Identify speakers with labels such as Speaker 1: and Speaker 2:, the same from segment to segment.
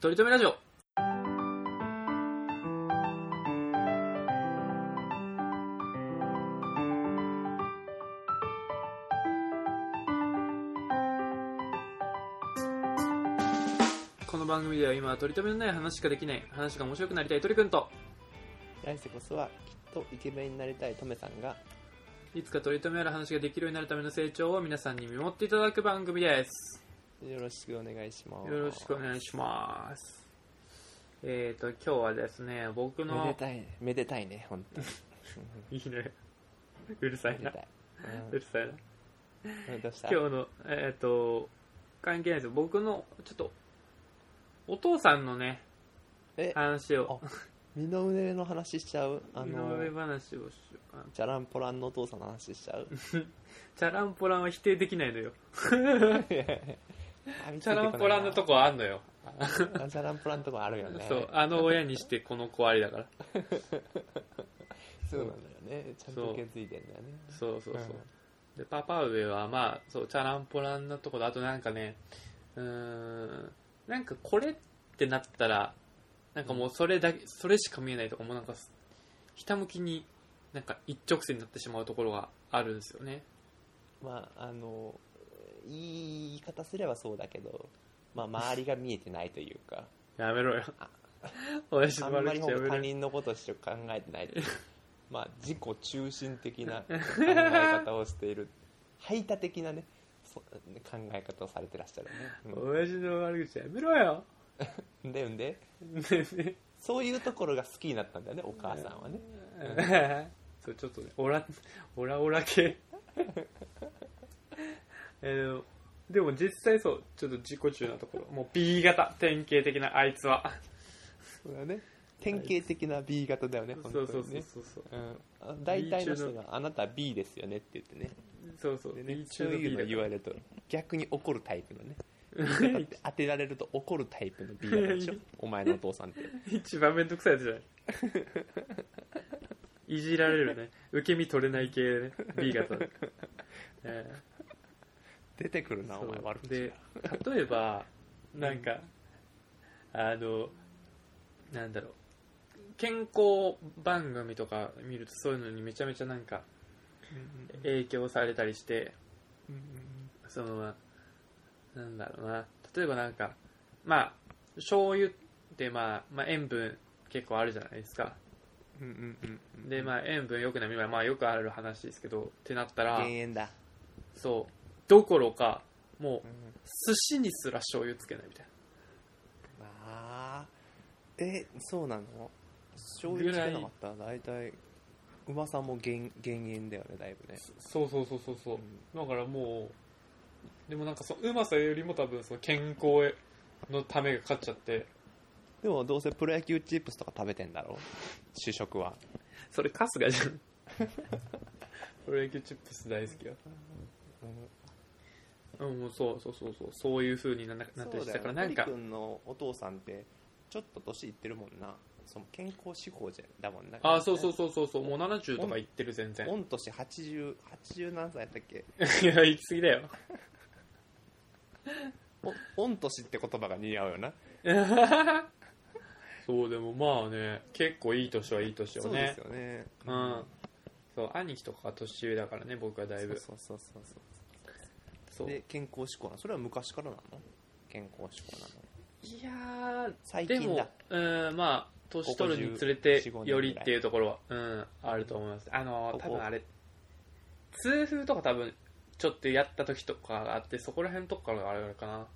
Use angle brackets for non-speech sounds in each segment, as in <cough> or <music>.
Speaker 1: とりとめラジオ。この番組では今は取り留めのない話しかできない話が面白くなりたい鳥くんと
Speaker 2: 来世こそはきっとイケメンになりたいトメさんが
Speaker 1: いつか取り留めある話ができるようになるための成長を皆さんに見守っていただく番組です
Speaker 2: よろしくお願いします
Speaker 1: よろしくお願いしますえーと今日はですね僕 <laughs>
Speaker 2: めで
Speaker 1: の
Speaker 2: たいねめでたいね本当に
Speaker 1: いいねうるさ
Speaker 2: め
Speaker 1: い
Speaker 2: で
Speaker 1: な
Speaker 2: たいう
Speaker 1: るさいな
Speaker 2: うんどうし
Speaker 1: <laughs>
Speaker 2: た
Speaker 1: 今日のえっ、と関係ないですよ僕のちょっとお父さんのね
Speaker 2: え
Speaker 1: 話を
Speaker 2: 二の腕の話しちゃうあ
Speaker 1: 井
Speaker 2: の
Speaker 1: 上話をしようかな
Speaker 2: じゃらんぽらんのお父さんの話しちゃ
Speaker 1: <laughs>
Speaker 2: う
Speaker 1: チャランポランは否定できないのよ
Speaker 2: あ見つ
Speaker 1: チャ
Speaker 2: けてこないな
Speaker 1: ランポランのとこはあんのよ
Speaker 2: あじゃらんぽらんのとこあるよね
Speaker 1: そうあの親にしてこの子ありだから
Speaker 2: そうなんだよねちゃん
Speaker 1: そ
Speaker 2: と
Speaker 1: う
Speaker 2: 受け継いでんだよね
Speaker 1: そうそうそう、
Speaker 2: う
Speaker 1: でパパ上はまあそうチャランポランなとこだあとなんかねうーんなんかこれってなったらなんかもうそれだけそれしか見えないとかもうなんかひたむきになんか一直線になってしまうところがあるんですよね
Speaker 2: んまああのいい言い方すればそうだけどまあ周りが見えてないというか
Speaker 1: やめろよ親父
Speaker 2: あ
Speaker 1: の
Speaker 2: んま
Speaker 1: 悪
Speaker 2: り
Speaker 1: 口や
Speaker 2: 本当
Speaker 1: めろ
Speaker 2: 他
Speaker 1: よ
Speaker 2: 人のことしか考えてな
Speaker 1: <laughs>
Speaker 2: いというまあ自己中心的な考え方をしている排他的なねそ考え方をされてらっしゃるね、
Speaker 1: 親父の悪口やめろよ
Speaker 2: うん、でんで
Speaker 1: ねえね
Speaker 2: そういうところが好きになったんだよねお母さんはね
Speaker 1: え <laughs> そうちょっとねオラオラオラ系 <laughs> えーでも実際そうちょっと自己中なところもう B 型典型的なあいつは
Speaker 2: そうだね典型的な B 型だよね
Speaker 1: そう
Speaker 2: 本
Speaker 1: そ
Speaker 2: 当
Speaker 1: うそう
Speaker 2: にね
Speaker 1: そうそう
Speaker 2: うんあ大体の人が「あなたは B ですよね」って言ってね
Speaker 1: そうそう
Speaker 2: で
Speaker 1: B
Speaker 2: ね
Speaker 1: 中
Speaker 2: そう
Speaker 1: の
Speaker 2: いう
Speaker 1: B
Speaker 2: の言わ
Speaker 1: だ
Speaker 2: れると逆に怒るタイプ
Speaker 1: <laughs>
Speaker 2: のね
Speaker 1: か
Speaker 2: だっ
Speaker 1: ら
Speaker 2: て当てられると怒るタイプの B 型
Speaker 1: <laughs>
Speaker 2: でしょお前のお父さんって
Speaker 1: 一番面倒くさいやつじゃない <laughs> いじられるね受け身取れない系ね B <laughs> 型だ、え
Speaker 2: 出てくる
Speaker 1: ー
Speaker 2: な
Speaker 1: そ
Speaker 2: お
Speaker 1: う
Speaker 2: 前悪口
Speaker 1: で例えばなんかあのなんだろう健康番組とか見るとそういうのにめちゃめちゃなんか影響されたりしてそのなんだろうな例えばなんかまあ醤油って、まあ、まあ塩分結構あるじゃないですかでまあ塩分良くないみたいなまあよくある話ですけどってなったら
Speaker 2: 減塩だ
Speaker 1: そうどころかもう寿司にすら醤油つけないみたい
Speaker 2: あーえそうなの醤油つけなかった大体うまさも減減塩だよねだいぶね
Speaker 1: なそうそうそうそうそううんだからもうでもなんかそのうまさよりも多分その健康へのためが勝っちゃって
Speaker 2: でもどうせプロ野球チップスとか食べてんだろ主食は
Speaker 1: それ春日じゃん俺野球チップス大好きようん、もうそうそうそうそうそういう風になななって
Speaker 2: そう
Speaker 1: きた
Speaker 2: だよ
Speaker 1: からな
Speaker 2: ね
Speaker 1: んか
Speaker 2: 鳥くんのお父さんってちょっと年いってるもんなその健康志向じゃだもんな
Speaker 1: ああそうそうそうそうそうもう70とかいってる全然
Speaker 2: 御年80 80何歳だったっけ
Speaker 1: いや行き過ぎだよ <laughs>
Speaker 2: お御年って言葉が似合うよな
Speaker 1: そうでもまあね結構いい年はいい年よ
Speaker 2: そうで
Speaker 1: ね
Speaker 2: すよね
Speaker 1: うんそう兄貴とかが年上だからね僕はだいぶ
Speaker 2: そうそうそうそう
Speaker 1: そう
Speaker 2: で健康志向なのそれは昔からなの健康志向なの
Speaker 1: いやー
Speaker 2: 最
Speaker 1: で
Speaker 2: 近
Speaker 1: も
Speaker 2: だ
Speaker 1: うんまあ年取るにつれて
Speaker 2: 50
Speaker 1: よりっていうところはうんあると思いますあの
Speaker 2: ここ
Speaker 1: 多分あれ痛風とか多分ちょっとやった時とかがあってそこら辺とかからあれかな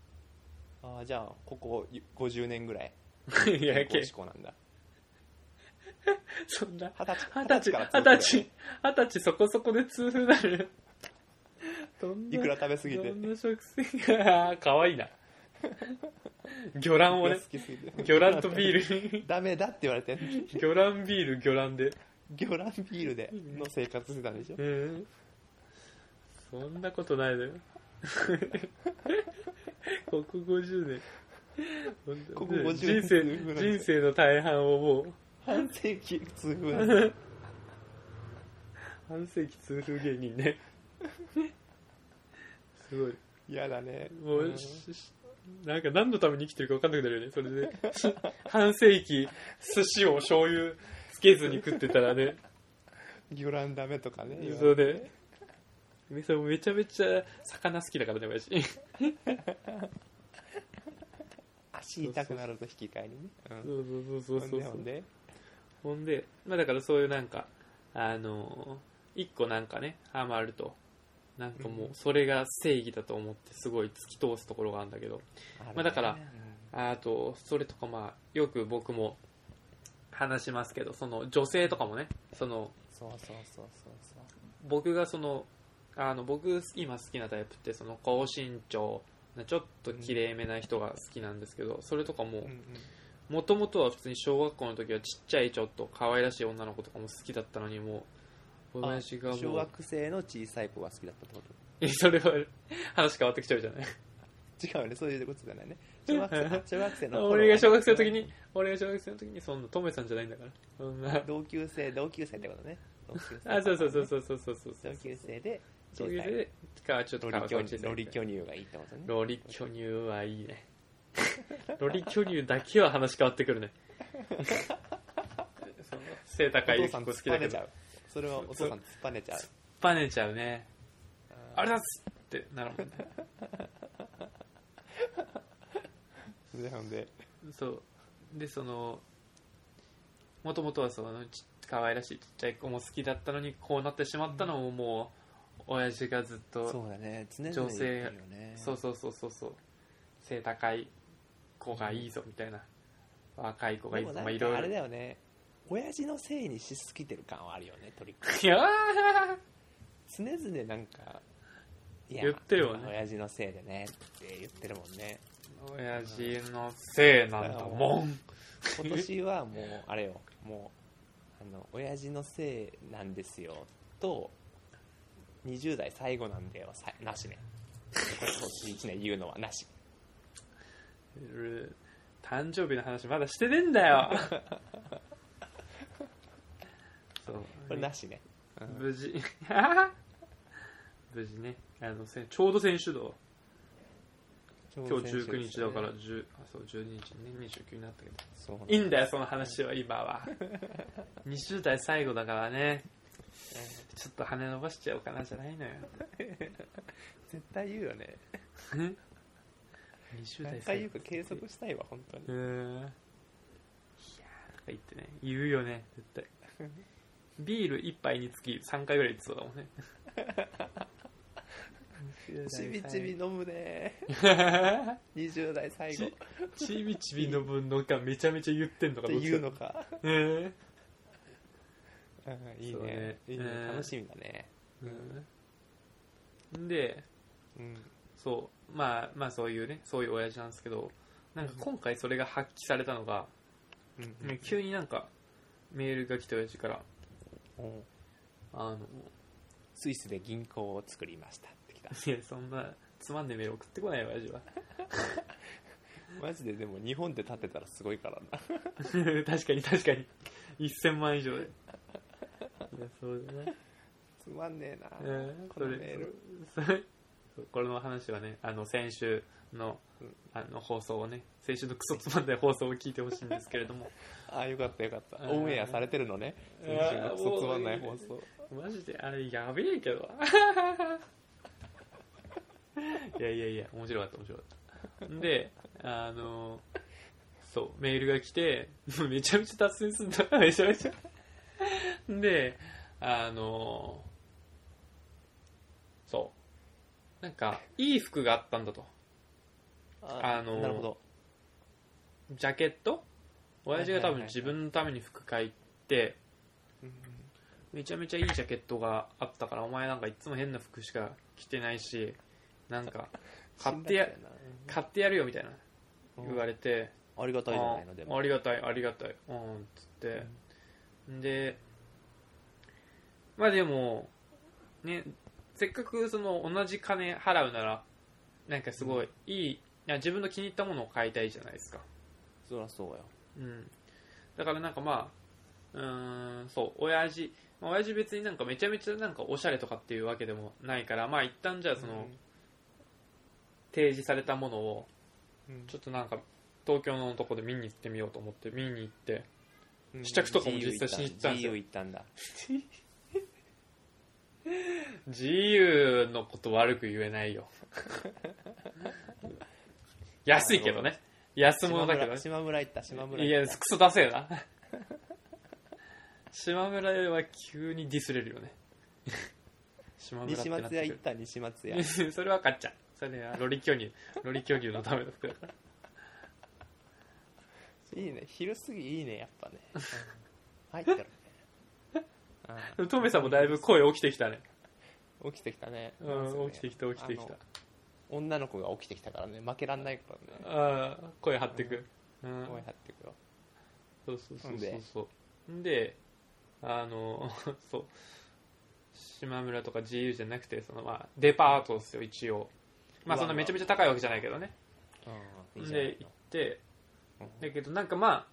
Speaker 2: ああじゃあここ50年ぐらい
Speaker 1: いや
Speaker 2: 健
Speaker 1: け
Speaker 2: 康志向なんだ
Speaker 1: そんな
Speaker 2: 二十歳
Speaker 1: 二十歳
Speaker 2: から
Speaker 1: 二十歳二十歳そこそこで痛風なるどん
Speaker 2: いくら食べ過ぎて
Speaker 1: どんな食洗がかわいいな魚卵をね
Speaker 2: 好きすぎて
Speaker 1: 魚卵とビール
Speaker 2: ダメだって言われてんの
Speaker 1: 魚卵ビール魚卵で
Speaker 2: 魚卵ビールでの生活してたんでしょ
Speaker 1: うんそんなことないのよ <laughs> ここ50年本当
Speaker 2: ここ50
Speaker 1: 人
Speaker 2: 年痛風なん
Speaker 1: 生
Speaker 2: ですよ
Speaker 1: 人生の大半をもう
Speaker 2: 半世紀痛風なんですよ
Speaker 1: 半世紀痛風芸人ねすごい
Speaker 2: 嫌だね
Speaker 1: もう、
Speaker 2: うん
Speaker 1: ししなんか何のために生きてるか分かんなくなるよね。それで、半世紀、寿司を醤油つけずに食ってたらね、
Speaker 2: 魚卵ダメとかね言わ
Speaker 1: そう
Speaker 2: れて
Speaker 1: ね。めちゃめちゃめちゃ魚好きだからね、私。
Speaker 2: 足痛くなると引き換えにねうん
Speaker 1: そうそうそうそうそう
Speaker 2: ほ
Speaker 1: そ
Speaker 2: ん
Speaker 1: う。
Speaker 2: で
Speaker 1: ほんで、まあだからそういうなんか、あのー一個なんかね、ハマると、なんかもうそれが正義だと思ってすごい突き通すところがあるんだけど、
Speaker 2: ほんで
Speaker 1: まあだから
Speaker 2: るね
Speaker 1: あと、それとかまあ、よく僕も話しますけど、その女性とかもね、その、
Speaker 2: そうそうそうそうそう
Speaker 1: 僕がその、あの、僕今好きなタイプって、その高身長、ちょっと綺麗めな人が好きなんですけど、それとかも
Speaker 2: うん、うん
Speaker 1: もともとは普通に小学校の時はちっちゃいちょっと可愛らしい女の子とかも好きだったのに、もう、
Speaker 2: あ
Speaker 1: 私が
Speaker 2: 小
Speaker 1: もう、
Speaker 2: 学生の小さい子が好きだったってこ
Speaker 1: <laughs>
Speaker 2: と
Speaker 1: それは話変わってきちゃうじゃない。
Speaker 2: 違うよねそういうことじゃ <laughs> ないね小学生小学生の頃は
Speaker 1: 俺が小学生の時に、俺が小学生の時に、そんな、トメさんじゃないんだから。そんな。
Speaker 2: 同級生同級生ってことね同級生
Speaker 1: あ、そうそうそうそうそうそうそう。
Speaker 2: 同級生で
Speaker 1: そういうので、かちょっと
Speaker 2: ロ
Speaker 1: か
Speaker 2: リ
Speaker 1: わ
Speaker 2: 巨
Speaker 1: い
Speaker 2: 乳ロリ巨乳がいいってことね
Speaker 1: ロリ巨乳はいいね。 <laughs> ロリ巨乳だけは話変わってくる
Speaker 2: <laughs>
Speaker 1: ね。その背高い
Speaker 2: お父
Speaker 1: 結
Speaker 2: さん
Speaker 1: 構
Speaker 2: 突
Speaker 1: 好
Speaker 2: っ
Speaker 1: き
Speaker 2: ぱ
Speaker 1: だけ
Speaker 2: ねち
Speaker 1: ど、
Speaker 2: ゃ
Speaker 1: 突っ
Speaker 2: うそれはお父さん突っぱねちゃう
Speaker 1: ぱねちゃうね。
Speaker 2: あー
Speaker 1: あれだっすってなるもんね。
Speaker 2: でほんで
Speaker 1: そう。で、その、もともとはその、ち可愛らしいちっちゃい子も好きだったのに、こうなってしまったのももう、親父がずっと、
Speaker 2: そうだね常々
Speaker 1: 女性
Speaker 2: 言ってるよね
Speaker 1: そうそうそうそうそう背高い子がいいぞみたいな若い子がい
Speaker 2: で
Speaker 1: いぞ
Speaker 2: も
Speaker 1: ま
Speaker 2: なん
Speaker 1: あ
Speaker 2: か
Speaker 1: いろ
Speaker 2: あれ
Speaker 1: いろ
Speaker 2: だよね親父のせいにしすぎてる感はあるよねトリック
Speaker 1: いや
Speaker 2: 常々なんかいや
Speaker 1: 言ってよね
Speaker 2: 親父のせいでねって言ってるもんね
Speaker 1: ー <laughs> 親父のせいなんだもん
Speaker 2: 今年はもうあれよもうあの親父のせいなんですよと20代最後なんだよさなしねこれ今年1年言うのはなし
Speaker 1: 誕生日の話まだしてねえんだ
Speaker 2: <laughs>
Speaker 1: よそう
Speaker 2: これなしね、うん
Speaker 1: 無事 <laughs> 無事ねあのせちょうど先週だわ今日19日だから10あそう12日ね29になったけど
Speaker 2: そうなん
Speaker 1: いいんだよ、その話は、今は。20代最後だからね。ちょっと羽伸ばしちゃおうかな、じゃないのよ。
Speaker 2: 絶対言うよね
Speaker 1: 20代
Speaker 2: 何回
Speaker 1: 最
Speaker 2: 言う
Speaker 1: 後。
Speaker 2: か継続したいわ本当に
Speaker 1: うーん。いやー、とか言ってね。言うよね、絶対。ビール1杯につき3回ぐらい言ってそうだも
Speaker 2: <laughs>
Speaker 1: んね。
Speaker 2: ちびちび飲
Speaker 1: <laughs>
Speaker 2: むね20代最後っ
Speaker 1: ちびちびの分のがめちゃめちゃ言ってんのか
Speaker 2: て言う
Speaker 1: の。
Speaker 2: のか、
Speaker 1: えー
Speaker 2: うんいい
Speaker 1: そうね
Speaker 2: ねいいね
Speaker 1: うん
Speaker 2: 楽しみだね
Speaker 1: うんで、
Speaker 2: うん
Speaker 1: そう、まあ、まあそういうね、そういう親父なんですけど、なんか今回それが発揮されたのが、
Speaker 2: うん
Speaker 1: ね急になんかメールが来た親父から、
Speaker 2: うん
Speaker 1: あの、
Speaker 2: スイスで銀行を作りましたってきた
Speaker 1: いや、そんな、つまんねえメール送ってこないよ、親父は。 <laughs>
Speaker 2: マジででも日本で建てたらすごいからな
Speaker 1: 確かに確かに。1000万以上で。いや、そうだね。
Speaker 2: つまんねえな、
Speaker 1: うん
Speaker 2: このメール
Speaker 1: そ <laughs> れ、それそうこれの話はね、あの、先週の
Speaker 2: うん、
Speaker 1: あの、放送をね、先週のクソつまんない放送を聞いてほしいんですけれども、
Speaker 2: ああよかったよかった
Speaker 1: うん
Speaker 2: オンエアされてるのね
Speaker 1: うん
Speaker 2: 先週のクソつまんない放送
Speaker 1: マジであれやべえけどいやいやいや面白かった面白か <laughs> ったであのそうメールが来て <laughs> めちゃめちゃ脱線すんだめちゃめちゃであのそうなんかいい服があったんだと
Speaker 2: あ
Speaker 1: あのー
Speaker 2: なるほど
Speaker 1: ジャケット親父が多
Speaker 2: はいは
Speaker 1: 分
Speaker 2: いはいはい
Speaker 1: 自分のために服買いってめちゃめちゃいいジャケットがあったからお前なんかいつも変な服しか着てないしなんか買ってや
Speaker 2: 辛辣
Speaker 1: 買ってやるよみたいな
Speaker 2: やな
Speaker 1: 言われて、
Speaker 2: うんありがたいじゃないので
Speaker 1: あ
Speaker 2: も
Speaker 1: ありがたいありがたいうんっつって、でまあでもねせっかくその同じ金払うならなんかすごいいい,、いや自分の気に入ったものを買いたいじゃないですか
Speaker 2: そりゃそうよ
Speaker 1: うん、だからなんかまあうーんそう親父まあ親父別になんかめちゃめちゃなんかおしゃれとかっていうわけでもないからまあ一旦じゃあその、
Speaker 2: うん
Speaker 1: 提示されたものを
Speaker 2: うん
Speaker 1: ちょっとなんか東京のとこで見に行ってみようと思って見に行って試着とかも実際しに行ったんですよ
Speaker 2: GU 行ったんだ。
Speaker 1: 自由のこと悪く言えないよ <laughs> 安いけどね安物だけどね
Speaker 2: 島村行った、島村
Speaker 1: い
Speaker 2: 行
Speaker 1: や
Speaker 2: っ
Speaker 1: クソダセえな <laughs> 島村は急にディスれる
Speaker 2: <laughs>
Speaker 1: よね島
Speaker 2: た。
Speaker 1: 村って
Speaker 2: 西
Speaker 1: なって
Speaker 2: 松
Speaker 1: く
Speaker 2: 屋
Speaker 1: る
Speaker 2: 行った、西松屋。
Speaker 1: <laughs> それは買っちゃうそれはロリ巨乳ロリ巨乳のための服だから
Speaker 2: いいね、昼過ぎいいね、やっぱね。入ってるね。あ
Speaker 1: <laughs> トメさんもだいぶ声起きてきたね。
Speaker 2: あ起きてきたね。
Speaker 1: うん、起きてきた、起きてき
Speaker 2: あ
Speaker 1: た
Speaker 2: の。女の子が起きてきたからね、負けらんないからね。
Speaker 1: ああ、声張ってく。うん。
Speaker 2: 声張ってくよ。
Speaker 1: そうそうそ
Speaker 2: ほ
Speaker 1: うんそう
Speaker 2: で
Speaker 1: そう。んで、あの、 <laughs> そう。島村とか GU じゃなくて、そのまあ、デパートですよ、一応。まあ、そんなめちゃめちゃ高いわけじゃないけどね。
Speaker 2: うん、いいじゃない
Speaker 1: で、行って、
Speaker 2: の
Speaker 1: だけどなんかま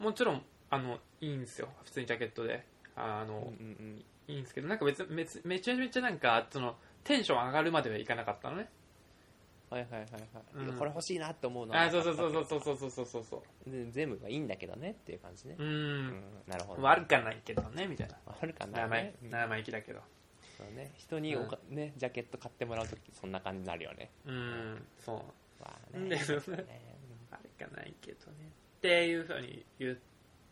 Speaker 1: あ、もちろん、あの、いいんですよ。普通にジャケットで。あ
Speaker 2: うんう
Speaker 1: の、
Speaker 2: ん
Speaker 1: いいんですけど、なんか別、別めちゃめちゃなんか、その、テンション上がるまではいかなかったのね。
Speaker 2: うん。はいはいはいはい。
Speaker 1: うん
Speaker 2: これ欲しいなって思うのは
Speaker 1: あ、そうそうそうそうそうそうそうそうそう。
Speaker 2: で全部がいいんだけどねっていう感じね
Speaker 1: う。。
Speaker 2: うんんなるほど。
Speaker 1: 悪かないけどね、みたいな。
Speaker 2: 悪かな
Speaker 1: 生
Speaker 2: ね
Speaker 1: 意。生意気だけど。
Speaker 2: そうね、人におか、ね、ジャケット買ってもらうときそんな感じになるよね。
Speaker 1: うん、そう。
Speaker 2: わ
Speaker 1: で
Speaker 2: あね。
Speaker 1: 悪かないけどね。っていうふうに言っ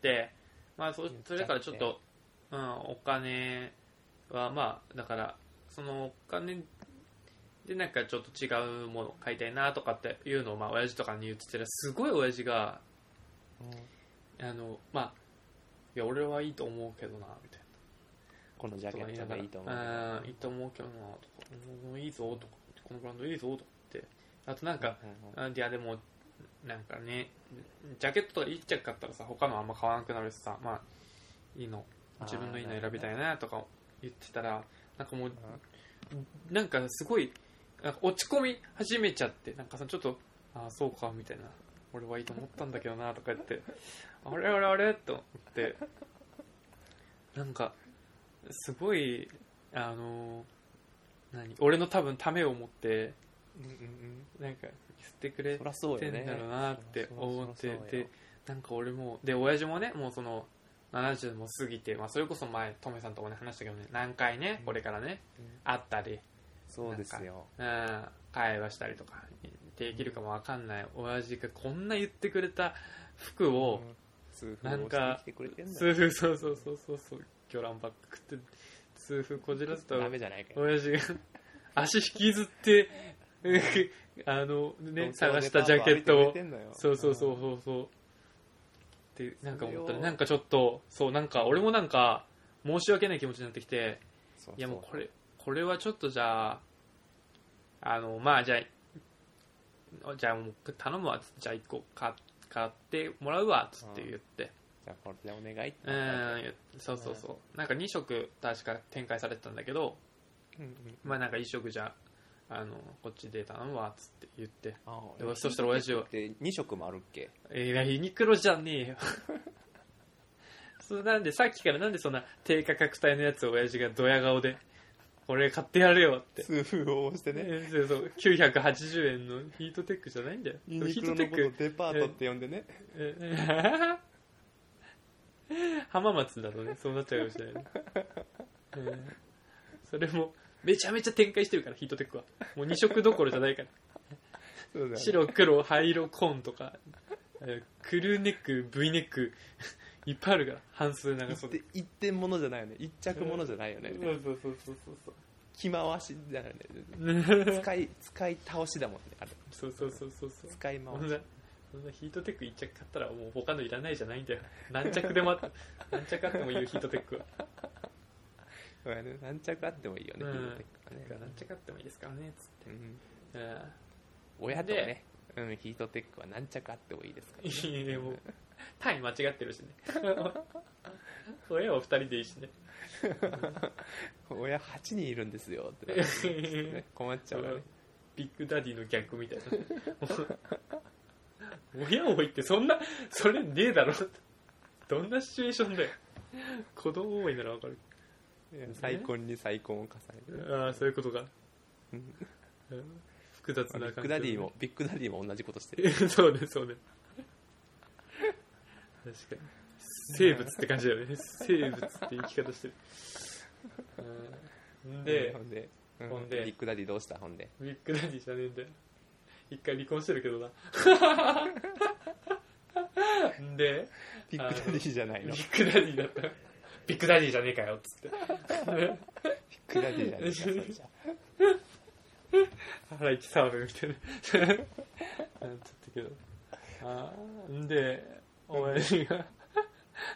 Speaker 1: て、まあ、そ
Speaker 2: 言っちゃって
Speaker 1: それからちょっと、うん、お金は、まあ、だから、そのお金でなんかちょっと違うものを買いたいなとかっていうのを、まあ、親父とかに言ってたら、すごい親父が、
Speaker 2: うん
Speaker 1: あの、まあ、いや、俺はいいと思うけどな、みたいな。
Speaker 2: このジャケットがいいと思う。
Speaker 1: うんいいと思うけどなとかうんいいぞとかこのブランドいいぞとかってあとなんか、あいやでもなんかねジャケットとかいいちゃかったらさ他のあんま買わなくなるしさまあいいの自分のいいの選びた
Speaker 2: い。
Speaker 1: いなとか言ってたらなんかもうなんかすごいなんか落ち込み始めちゃってなんかさちょっとああそうかみたいな俺はいいと思ったんだけどなとか言ってあれあれあれと思ってなんかすごいあの何俺の多分ためを持って
Speaker 2: うんうんうん
Speaker 1: なんか言ってくれ
Speaker 2: そらそう
Speaker 1: て
Speaker 2: よ
Speaker 1: ん
Speaker 2: ね。
Speaker 1: だろうなって思って
Speaker 2: そらそうよ
Speaker 1: でなんか俺もで親父もねもうその70も過ぎて、まあ、それこそ前トメさんともね話したけどね何回ねこれからね
Speaker 2: うん
Speaker 1: 会ったり
Speaker 2: そうですよ。
Speaker 1: うん会話したりとかできるかもわかんない親父がこんな言ってくれた服を、
Speaker 2: 痛
Speaker 1: な
Speaker 2: 風を
Speaker 1: ん
Speaker 2: 押し
Speaker 1: か
Speaker 2: てきてくれてんだよ
Speaker 1: 痛風そうそうそうそうそう魚卵ばっか食って痛風こじらせた
Speaker 2: ダメじゃないかよ。
Speaker 1: 親父が足引きずって <laughs> うんあのね探したジャケットをそうそうそう
Speaker 2: う。
Speaker 1: そうそうってなんか思った
Speaker 2: それ
Speaker 1: ら
Speaker 2: を
Speaker 1: なんかちょっとそうなんか俺もなんか申し訳ない気持ちになってきて
Speaker 2: そ
Speaker 1: いやもうこれこれはちょっとじゃああのまあじゃあじゃあもう頼むわっつってじゃあ1個買買ってもらうわっつって言って
Speaker 2: じゃあこれでお願いって
Speaker 1: う
Speaker 2: なったわ
Speaker 1: んそうそうそうなんか2色確か展開されてたんだけど
Speaker 2: け。うんうん
Speaker 1: まあなんか1色じゃあのこっちで頼むわっつって言って
Speaker 2: あ
Speaker 1: でもそしたら親父は
Speaker 2: で2色もあるっけ
Speaker 1: えー、ユニクロじゃねえよ <laughs> そうなんでさっきからなんでそんな低価格帯のやつを親父がドヤ顔で俺買ってやるよって
Speaker 2: 痛風を押してね
Speaker 1: えーそうそう980円のヒートテックじゃないんだよ
Speaker 2: ユニクロ
Speaker 1: ヒ
Speaker 2: の
Speaker 1: ート
Speaker 2: こと
Speaker 1: テ
Speaker 2: を
Speaker 1: ック
Speaker 2: デパートって呼んでね
Speaker 1: えー <laughs> 浜松だとねそうなっちゃうかもしれないね、えーそれもめちゃめちゃ展開してるからヒートテックはもう2色どころじゃないから
Speaker 2: そうだよね
Speaker 1: 白黒灰色コーンとかえークルーネック V ネックいっぱいあるから半数長
Speaker 2: 一
Speaker 1: 袖
Speaker 2: 点一点ものじゃないよね一着ものじゃないよね
Speaker 1: そうそうそうそうそうそう
Speaker 2: 着回しだよね使い使い倒しだもんねあれ
Speaker 1: そうそうそうそうそう
Speaker 2: 使い
Speaker 1: そ
Speaker 2: 回
Speaker 1: ん
Speaker 2: し
Speaker 1: なそんなヒートテック1着買ったらもう他のいらないじゃないんだよ何着でもあ <laughs> って何着あってもいいよヒートテックは
Speaker 2: そうやね何着あってもいいよね
Speaker 1: うん
Speaker 2: ヒートテ
Speaker 1: なん
Speaker 2: ッ
Speaker 1: か
Speaker 2: ク
Speaker 1: 何
Speaker 2: はね
Speaker 1: 着あってもいいですからね
Speaker 2: うん
Speaker 1: つってうん
Speaker 2: 親とかねうんヒートテックは何着あってもいいですからね
Speaker 1: いいねもう単位間違ってるし <laughs> ね親は2人でいいしね
Speaker 2: 親8人いるんですよってなって
Speaker 1: <laughs>
Speaker 2: ね困っちゃうからね
Speaker 1: ビッグダディの逆みたい <laughs> な親多いってそんなそれねえだろどんなシチュエーションだよ子供多いならわかる
Speaker 2: 再婚に再婚を重ねて
Speaker 1: ああそういうことか
Speaker 2: うん
Speaker 1: うん複雑
Speaker 2: ビ
Speaker 1: な
Speaker 2: ッ
Speaker 1: 感じ
Speaker 2: グダディも、ビッグダディも同じことしてる。
Speaker 1: <laughs> そうねそうね確かに生物って感じだよね生物って生き方して
Speaker 2: <laughs>
Speaker 1: るうんで
Speaker 2: ほんで、うん
Speaker 1: ほんで
Speaker 2: ビッグダディどうしたほんで。
Speaker 1: ビッグダディじゃねえんだよ一回離婚してるけ <laughs> どなで
Speaker 2: ビッグダディじゃない
Speaker 1: ビ
Speaker 2: の。ビッ
Speaker 1: ッグダディだったらビッグダディじゃねえかよっつって
Speaker 2: グダディじゃないか、それじゃ。
Speaker 1: 原市澤部みたいななんて言ったけどあーんで親父が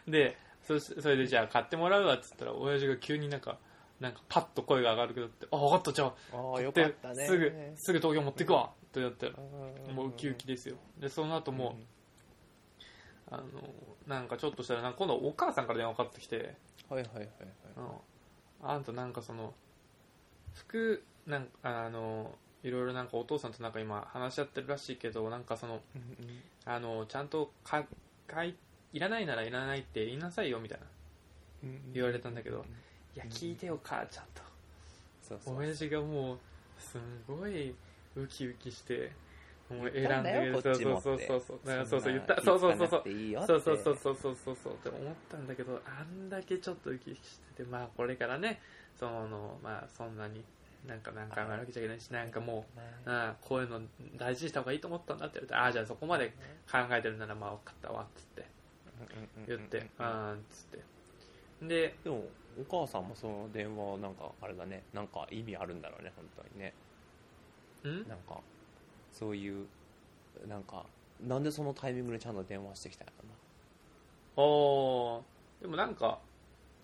Speaker 1: でそしそれでじゃあ買ってもらうわっつったら親父が急になんかなんかパッと声が上がるけどって「あ分かったじゃ <laughs> あ
Speaker 2: ああ、
Speaker 1: 買
Speaker 2: よ
Speaker 1: て
Speaker 2: かったね。
Speaker 1: すぐすぐ東京持ってくわ」とやったら
Speaker 2: ぐ
Speaker 1: もうウキウキですよでその後も、あのなんかちょっとしたらなんか今度お母さんから電話かかってきて、
Speaker 2: うん。はいはいはいはい。
Speaker 1: うん、あんたなんかその服なんかあのいろいろなんかお父さんとなんか今話し合ってるらしいけどなんかその
Speaker 2: うんうん
Speaker 1: あのちゃんとか買いいらないならいらないって言いなさいよみたいな言われたんだけどいや聞いてよ母ちゃん
Speaker 2: そう
Speaker 1: と
Speaker 2: そう
Speaker 1: 親父がもうすごいウキウキしてもう
Speaker 2: 言った
Speaker 1: 選ん
Speaker 2: ん
Speaker 1: で
Speaker 2: だよ
Speaker 1: そうそう
Speaker 2: こ
Speaker 1: そ
Speaker 2: っ
Speaker 1: う
Speaker 2: ち
Speaker 1: そう
Speaker 2: もっ
Speaker 1: そ
Speaker 2: て
Speaker 1: うだからそうそう言っ
Speaker 2: ん
Speaker 1: た
Speaker 2: な
Speaker 1: そうそうそう
Speaker 2: 気
Speaker 1: そ
Speaker 2: 使わな
Speaker 1: う
Speaker 2: くていいよって
Speaker 1: そうそうそうそうそうそうそうって思ったんだけどあんだけちょっとウキウキしててまあこれからねそのまあそんなになんか何回もやるわけじゃいけないしなんかも
Speaker 2: ね
Speaker 1: う、うん、こういうの大事にした方がいいと思ったんだって言われてああじゃあそこまで考えてるならまあ分かったわっつって言ってう
Speaker 2: うんうんうんうん
Speaker 1: ーんっつってで
Speaker 2: でもお母さんもその電話なんかあれだねなんか意味あるんだろうね本当にね
Speaker 1: ん
Speaker 2: なんかそういうなんかなんでそのタイミングでちゃんと電話してきたのかな
Speaker 1: おーでもなんか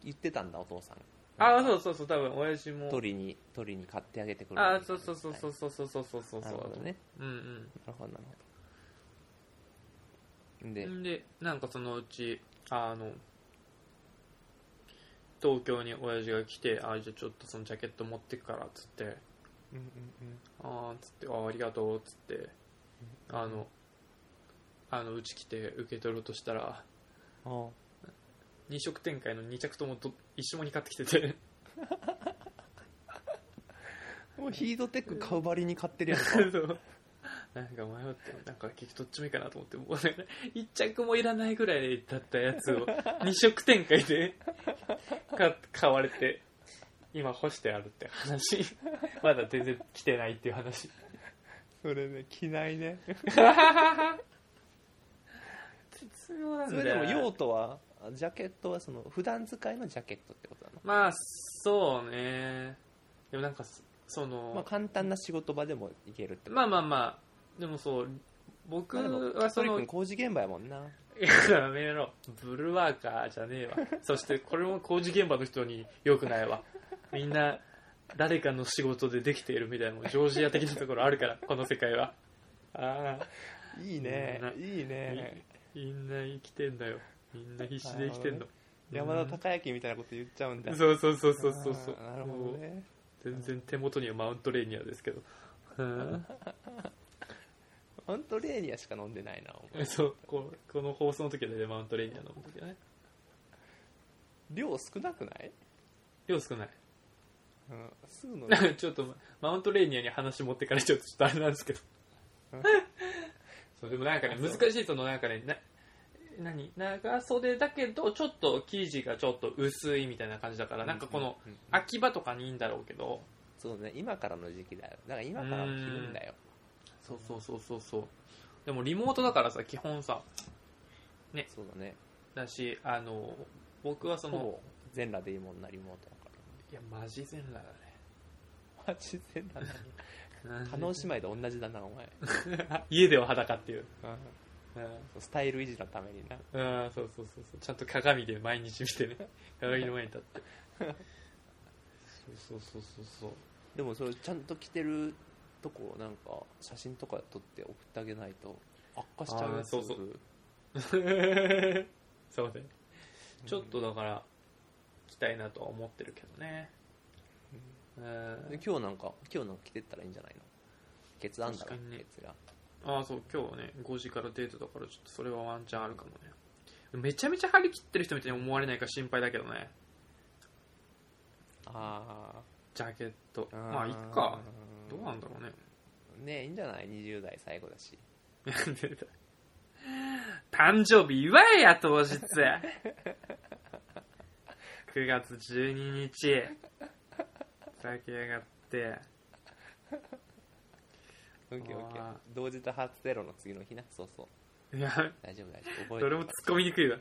Speaker 2: 言ってたんだお父さん
Speaker 1: ああ
Speaker 2: なんか
Speaker 1: そうそうそう多分親父も
Speaker 2: 取りに取りに買ってあげてくる
Speaker 1: ああそうそうそうそううそうそうそうそうそう
Speaker 2: なるほどね
Speaker 1: うんうん
Speaker 2: なるほどなるほどで
Speaker 1: んでなんかそのうちあの東京に親父が来て「あじゃあちょっとそのジャケット持ってくから」っつって「ああ」つって「あありがとう」っつってあのあのうち来て受け取ろうとしたら
Speaker 2: あ
Speaker 1: 二色展開の2着ともど一緒もに買ってきてて
Speaker 2: もうヒートテック買うばりに買ってるやんか
Speaker 1: <laughs> そうなんか迷ってなんか結局どっちもいいかなと思ってもうなんか1着もいらないぐらいだったやつを2色展開でか買われて今干してあるって話 <laughs> まだ全然来てないっていう話
Speaker 2: それね着ないね
Speaker 1: 絶妙なん
Speaker 2: そ
Speaker 1: だ
Speaker 2: れ
Speaker 1: よ
Speaker 2: でも用途はあジャケットはその普段使いのジャケットってことなの、
Speaker 1: まあそうねでもなんかそその、
Speaker 2: まあ、簡単な仕事場でもいけるってこと
Speaker 1: まあまあまあでもそう僕
Speaker 2: まあでも
Speaker 1: はそ
Speaker 2: 鳥
Speaker 1: の
Speaker 2: 君工事現場やもんな
Speaker 1: いや、やめろ。ブルワーカーじゃねえわ。そして、これも工事現場の人に良くないわ。みんな、誰かの仕事でできているみたいな、もうジョージア的なところあるから、この世界は。あ
Speaker 2: いい
Speaker 1: ね
Speaker 2: いい
Speaker 1: あ、みみんな生きてんだよ。みんな必死で生きてんの。
Speaker 2: 山田孝之みたいなこと言っちゃうんだ
Speaker 1: そうそうそうそうそうそう。
Speaker 2: あーなるほど
Speaker 1: もう
Speaker 2: ね
Speaker 1: 全然手元にはマウントレーニアですけど。うん
Speaker 2: マウントレーニアしか飲んでないなお前
Speaker 1: そうこうこの放送の時は大体マウントレーニア飲むんだけどね。
Speaker 2: 量少なくない、
Speaker 1: 量少ない。
Speaker 2: うん、すぐ飲む
Speaker 1: なんかちょっとマウントレーニアに話持ってかれちゃうとちょっとあれなんですけどそうでもなんかね難しいそのなんかねな何長袖だけどちょっと生地がちょっと薄いみたいな感じだからなんかこの
Speaker 2: うんうんうん
Speaker 1: 秋葉とかにいいんだろうけど
Speaker 2: そうね今からの時期だよだから今から着るんだよ
Speaker 1: そうそうそうそうそうでもリモートだからさ基本さ
Speaker 2: そうだね
Speaker 1: だしあの僕はそ
Speaker 2: ほ
Speaker 1: の
Speaker 2: ぼ全裸でいいもんなリモートだから
Speaker 1: いやマジ全裸だね
Speaker 2: マジ全裸だね加納姉妹と同じだなお前
Speaker 1: 家では裸っていう、うん
Speaker 2: スタイル維持のためにな
Speaker 1: ああそうそうそうそうちゃんと鏡で毎日見て <laughs> ね鏡の前に立ってそうそうそうそう
Speaker 2: でもそれちゃんと着てるとこをなんか写真とか撮って送ってあげないと悪化しちゃう
Speaker 1: あー
Speaker 2: よ
Speaker 1: そうそう
Speaker 2: すぐ
Speaker 1: そう <laughs> そうねちょっとだから着たいなとは思ってるけどねうん
Speaker 2: で今日なんか今日なんか着てったらいいんじゃないのケツあんだろ
Speaker 1: 確かにね
Speaker 2: ケツが
Speaker 1: ああそう今日はね5時からデートだからちょっとそれはワンチャンあるかもねめちゃめちゃ張り切ってる人みたいに思われないか心配だけどね
Speaker 2: あ
Speaker 1: ジャケット
Speaker 2: ー
Speaker 1: まあいっかどうなん
Speaker 2: だ
Speaker 1: だろうね
Speaker 2: ねいいんじゃない20代最後だし
Speaker 1: なんでだ <laughs> 誕生日祝えや当日9月12日ふざけやがって
Speaker 2: オッケーオッケー
Speaker 1: あ
Speaker 2: 同時多発テロの次の日なそうそう
Speaker 1: いや
Speaker 2: 大丈夫大丈夫覚えて
Speaker 1: どれも突っ込みにくいわ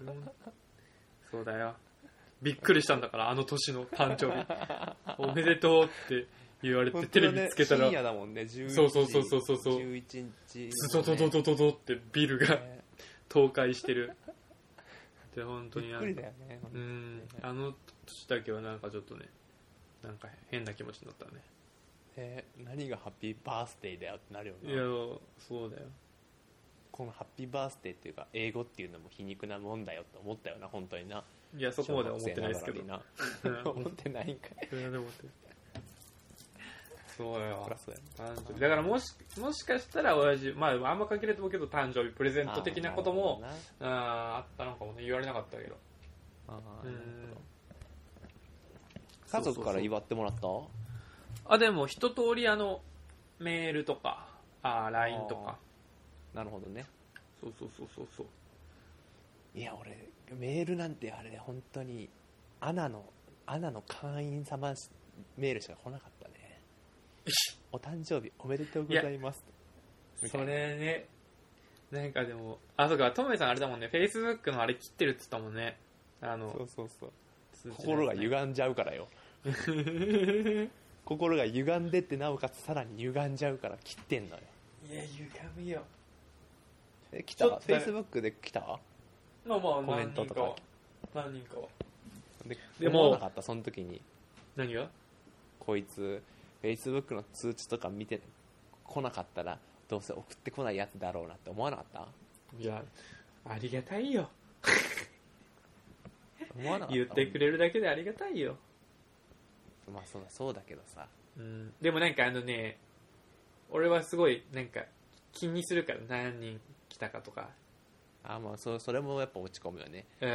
Speaker 1: 俺もそうだよびっくりしたんだからあの年の誕生日おめでとうって言われて
Speaker 2: 本
Speaker 1: テ
Speaker 2: 当
Speaker 1: レ
Speaker 2: だね
Speaker 1: ビつけたら
Speaker 2: 深夜だもんね11時
Speaker 1: そうそうそうそうそうそう
Speaker 2: 11日のね
Speaker 1: ズドドドドドドってビルが
Speaker 2: ね
Speaker 1: 倒壊してるで本当に
Speaker 2: びっ
Speaker 1: な
Speaker 2: く
Speaker 1: ん
Speaker 2: り
Speaker 1: か
Speaker 2: だよね
Speaker 1: うんあの年だけはなんかちょっとねなんか変な気持ちになったね
Speaker 2: ね何がハッピーバースデーだよってなるよ
Speaker 1: いや
Speaker 2: ね
Speaker 1: そうだよ
Speaker 2: このハッピーバースデーっていうか英語っていうのも皮肉なもんだよって思ったよな本当にない
Speaker 1: やそこまでは思ってないですけど
Speaker 2: 小学
Speaker 1: う
Speaker 2: 生ながらになん <laughs> 思ってないんかい
Speaker 1: それはでも思ってるそうよ
Speaker 2: そりゃそうや
Speaker 1: 誕生日だからもしもしかしたら親父まああんま限られてもうけど誕生日プレゼント的なこともあーあったのかもね言われなかったけど
Speaker 2: あーなるほどなあー
Speaker 1: うん
Speaker 2: なるほど家族から
Speaker 1: そうそうそう
Speaker 2: 祝ってもらった
Speaker 1: あでも一通りあのメールとかあー LINE とか
Speaker 2: なるほどね
Speaker 1: そうそうそうそうそう
Speaker 2: いや俺メールなんてあれ本当にアナのアナの会員様メールしか来なかったね
Speaker 1: <laughs>
Speaker 2: お誕生日おめでとうございます
Speaker 1: それねなんかでもあそうかトムさんあれだもんねフェイスブックのあれ切ってるっつったもんねあの
Speaker 2: そうそうそう
Speaker 1: 通知の
Speaker 2: 心が歪んじゃう
Speaker 1: <laughs>
Speaker 2: からよ心が歪んでってなおかつさらに歪んじゃうから切ってんのよ
Speaker 1: いや歪みよ
Speaker 2: え来
Speaker 1: た
Speaker 2: た
Speaker 1: ちょ
Speaker 2: フ
Speaker 1: っとね
Speaker 2: ェイスブックで来た
Speaker 1: まあまあ
Speaker 2: コメントとか
Speaker 1: 何人かは何人かは
Speaker 2: で
Speaker 1: でも
Speaker 2: 思わなかったその時に
Speaker 1: 何が
Speaker 2: こいつフェイスブックの通知とか見て来なかったらどうせ送ってこないやつだろうなって思わなかった
Speaker 1: いやありがたいよ
Speaker 2: 思わなかった
Speaker 1: 言ってくれるだけでありがたいよ、
Speaker 2: まあそうだそうだけどさ
Speaker 1: うん、でもなんかあのね俺はすごいなんか気にするから何人来たかとか、
Speaker 2: あまあそそれもやっぱ落ち込むよね
Speaker 1: う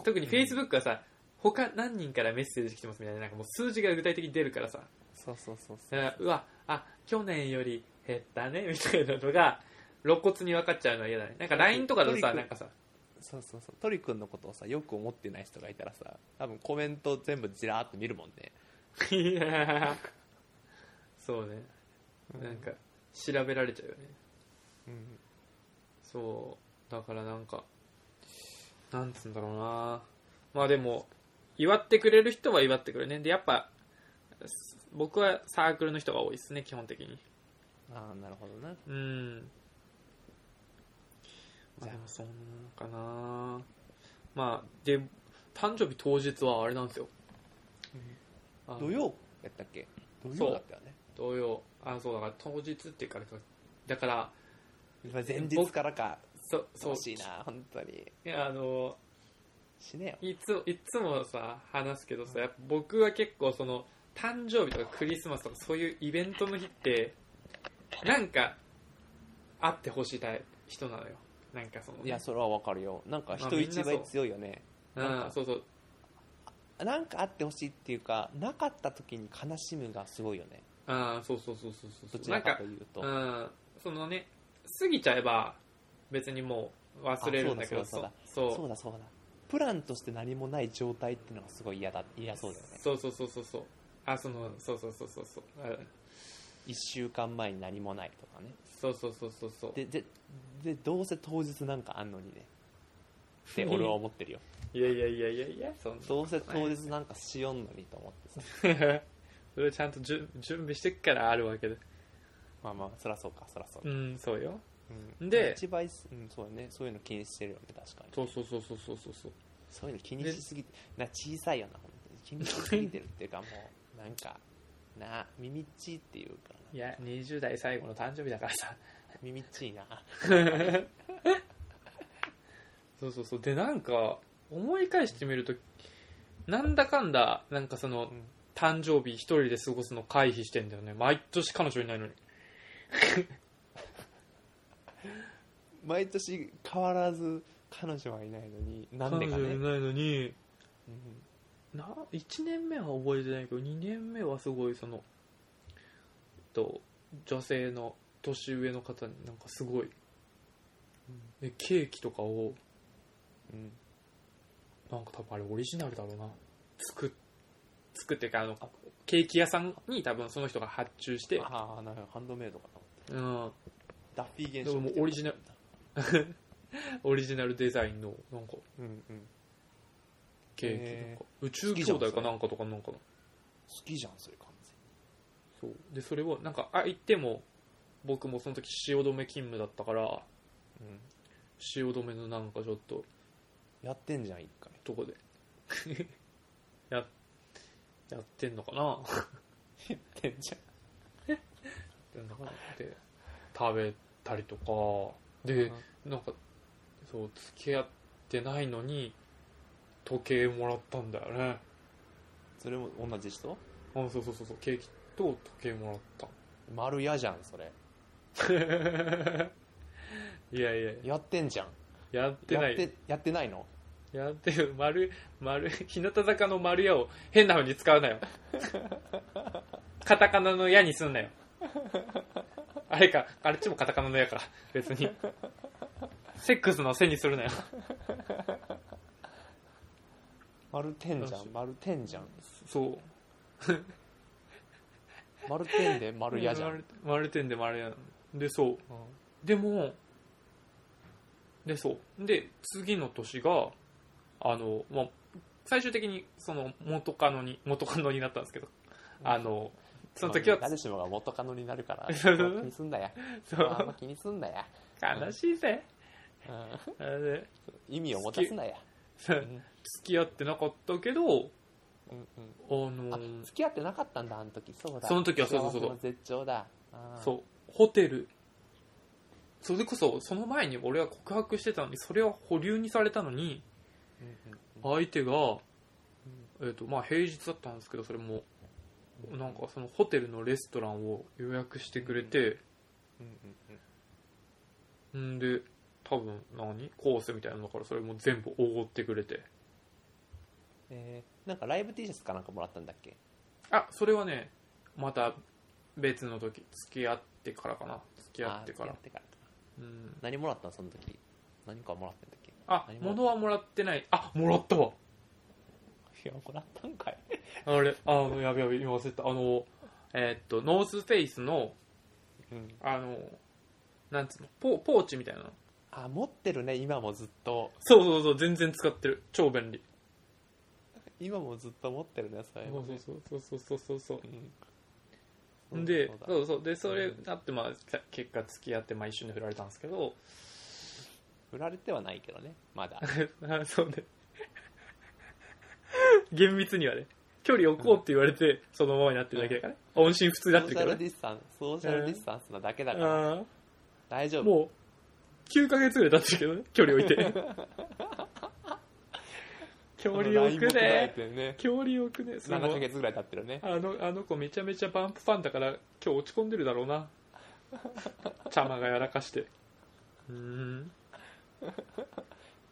Speaker 1: ん、特に Facebook はさ他何人からメッセージ来てますみたいななんかもう数字が具体的に出るからさ
Speaker 2: そうそうそうそう
Speaker 1: うんうわあ去年より減ったねみたいなのが露骨に分かっちゃうのは嫌だねなんか LINE とかだとさ
Speaker 2: と
Speaker 1: な
Speaker 2: にかく
Speaker 1: んかさ
Speaker 2: そうそうそうトリ君のことをさよく思ってない人がいたらさ多分コメント全部じらーっと見るもんね
Speaker 1: いや <laughs> そうねなんか調べられちゃうよね
Speaker 2: うん
Speaker 1: そうだからなんかなんつうんだろうなまあでも祝ってくれる人は祝ってくれるねでやっぱす僕はサークルの人が多いですね基本的に
Speaker 2: ああなるほどな
Speaker 1: うんまあでもそんなのかなまあで誕生日当日はあれなんですよ、あの
Speaker 2: 土曜やったっけ土曜だったよね
Speaker 1: 土曜あそうだから当日っていうかあれかだから
Speaker 2: まあ前日からか
Speaker 1: そそう
Speaker 2: 楽しいな本当に
Speaker 1: いやあの
Speaker 2: 死ねよ
Speaker 1: いついつもさ話すけどさやっぱ僕は結構その誕生日とかクリスマスとかそういうイベントの日ってなんかあってほしいタイプ人なのよなんかその
Speaker 2: いやそれはわかるよなんか
Speaker 1: まあ
Speaker 2: 人
Speaker 1: みんなそ
Speaker 2: 一
Speaker 1: う
Speaker 2: 倍強いよねなん
Speaker 1: うん
Speaker 2: か
Speaker 1: そうそう
Speaker 2: なんかあってほしいっていうかなかった時に悲しむがすごいよね
Speaker 1: あーそうそうそうそうそ
Speaker 2: ど
Speaker 1: う
Speaker 2: ち
Speaker 1: な
Speaker 2: ら
Speaker 1: ん
Speaker 2: か
Speaker 1: か
Speaker 2: というと
Speaker 1: うんそのね過ぎちゃえば別にもう忘れるんだけど
Speaker 2: あそうだ
Speaker 1: そ
Speaker 2: そうだそうだプランとして何もない状態っていうのがすごい嫌だ嫌そうだよね
Speaker 1: そうそうそうそうそうあそのそうそうそうそうそうあ
Speaker 2: 1週間前に何もないとかね
Speaker 1: そうそうそうそうそう
Speaker 2: でででどうせ当日なんかあんのにねって俺は思ってるよ
Speaker 1: いやいやいやいやいやそんな
Speaker 2: どうせ当日なんかしよんのにと思ってさ
Speaker 1: <laughs> それちゃんとじゅ準備してっからあるわけで
Speaker 2: まあまあそらそうかそらそう
Speaker 1: う、んそうよ
Speaker 2: うん
Speaker 1: で
Speaker 2: 一倍す、うん、そうだねそういうの気にしてるよね確かに
Speaker 1: そうそうそうそうそうそうそう
Speaker 2: そういうの気にしすぎてな小さいよな本当に気にしすぎてるっていうかもうなんかな耳っちいっていうか
Speaker 1: いや20代最後の誕生日だからさ
Speaker 2: 耳っちいな
Speaker 1: そうそうそうでなんか思い返してみるとなんだかんだなんかその
Speaker 2: うん
Speaker 1: 誕生日一人で過ごすの回避してんだよね毎年彼女いないのに
Speaker 2: 毎年変わらず彼女はいないのになんでか
Speaker 1: 彼女い
Speaker 2: ね
Speaker 1: ないのに
Speaker 2: うん
Speaker 1: な1年目は覚えてないけど2年目はすごいそのと女性の年上の方になんかすごい、でケーキとかを
Speaker 2: うん
Speaker 1: なんか多分あれオリジナルだろうな作っ作ってかあのケーキ屋さんに多分その人が発注して、
Speaker 2: ああなるほどハンドメイドかと思っ
Speaker 1: うん、
Speaker 2: てダッフィー現象
Speaker 1: でももうオリジナルオリジナルデザインのなんか
Speaker 2: うんうん
Speaker 1: ケーキ
Speaker 2: へー
Speaker 1: なんか宇宙兄弟かなんかとかなんかな
Speaker 2: 好きじゃんそれ完全
Speaker 1: そうでそれをなんかあ行っても僕もその時汐留勤務だったから
Speaker 2: に、うん、
Speaker 1: 汐留のなんかちょっと
Speaker 2: やってんじゃん一回
Speaker 1: とこで <laughs> ややってんのかなやっ
Speaker 2: やってんじゃん
Speaker 1: てんのかなって食べたりとかでなんかそう付き合ってないのに時計もらったんだよね
Speaker 2: それも同じ人
Speaker 1: あそうそうそうそうケーキと時計もらった
Speaker 2: 丸やじゃんそれ
Speaker 1: <laughs> いやいや
Speaker 2: やってんじゃん
Speaker 1: やってない
Speaker 2: やってやってないの
Speaker 1: やってる丸丸日向坂の丸屋を変な風に使うな <laughs> よカタカナの矢にすんなよあれかあれっちもカタカナの矢か別にセックスの背にするなよ
Speaker 2: 丸てんじゃ
Speaker 1: よし
Speaker 2: ん丸てんじゃん
Speaker 1: そう
Speaker 2: 丸てんで丸やじゃん、
Speaker 1: <laughs> 丸丸点で丸屋でそうでもでそうで次の年があの、まあ、最終的にその元カノに元カノになったんですけどあのその時は
Speaker 2: 誰しもが元カノにな
Speaker 1: <laughs>
Speaker 2: るからあんま気にすんなや
Speaker 1: そ
Speaker 2: あん
Speaker 1: う
Speaker 2: ま気にすんなや、
Speaker 1: 悲しいぜ
Speaker 2: うん
Speaker 1: あれで
Speaker 2: 意味を持たすなや、
Speaker 1: そう
Speaker 2: うん
Speaker 1: 付き合ってなかったけど
Speaker 2: うん
Speaker 1: あの
Speaker 2: うん、あ
Speaker 1: ー
Speaker 2: 付き合ってなかったんだあの時そうだ
Speaker 1: その時はそうそうそう
Speaker 2: 幸せの絶頂だあー
Speaker 1: そうホテルそれこそその前に俺は告白してたのにそれは保留にされたのに
Speaker 2: うんうんうん
Speaker 1: 相手が、えーとまあ、平日だったんですけどそれもなんかそのホテルのレストランを予約してくれて、
Speaker 2: うんうんうん
Speaker 1: んで多分何コースみたいなのだからそれも全部おごってくれて
Speaker 2: えーなんかライブ T シャツかなんかもらったんだっけ
Speaker 1: あそれはねまた別の時付き合ってからかな付き合ってか
Speaker 2: あ
Speaker 1: ら
Speaker 2: ー付き合ってから
Speaker 1: うん
Speaker 2: 何もらったのその時何かもらったんだっけ
Speaker 1: あ
Speaker 2: 何も
Speaker 1: 物はもらってないあもらったわ
Speaker 2: いやもらったんかい
Speaker 1: あれあのやべやべ今忘れてたあのえーっとノースフェイスの
Speaker 2: うん
Speaker 1: あのなんつうのポポーチみたいなの
Speaker 2: あ持ってるね今もずっと
Speaker 1: そうそうそう、全然使ってる。超便利。
Speaker 2: 今もずっと持ってるねそれもね
Speaker 1: そうそうそうそうそう
Speaker 2: う
Speaker 1: そ
Speaker 2: ん
Speaker 1: う。で
Speaker 2: そう、だ
Speaker 1: そうそう。で、それあって、まあ、結果付き合って、まあ一緒に振られたんですけ <laughs> ど、
Speaker 2: 売られてはないけどね
Speaker 1: <laughs>
Speaker 2: まだ
Speaker 1: あそうね。 <laughs> 厳密にはね、距離置こうって言われて、そのままになってるだけだからね。音信不通
Speaker 2: ソ
Speaker 1: になって
Speaker 2: ーシ
Speaker 1: るか
Speaker 2: ャ
Speaker 1: ら
Speaker 2: ル
Speaker 1: ね。
Speaker 2: ディスタンスソーシャルディスタンスなだけだから
Speaker 1: あ
Speaker 2: 大丈
Speaker 1: あ、
Speaker 2: 夫
Speaker 1: もう、9ヶ月ぐらい経ってるけどね、距離置いて。 <laughs> 距離置くね。
Speaker 2: ね
Speaker 1: 距離置くね。それも
Speaker 2: 7ヶ月ぐらい経ってるね
Speaker 1: あの、あの子めちゃめちゃバンプファンだから、今日落ち込んでるだろう <laughs> な。ちゃまがやらかして。うーん。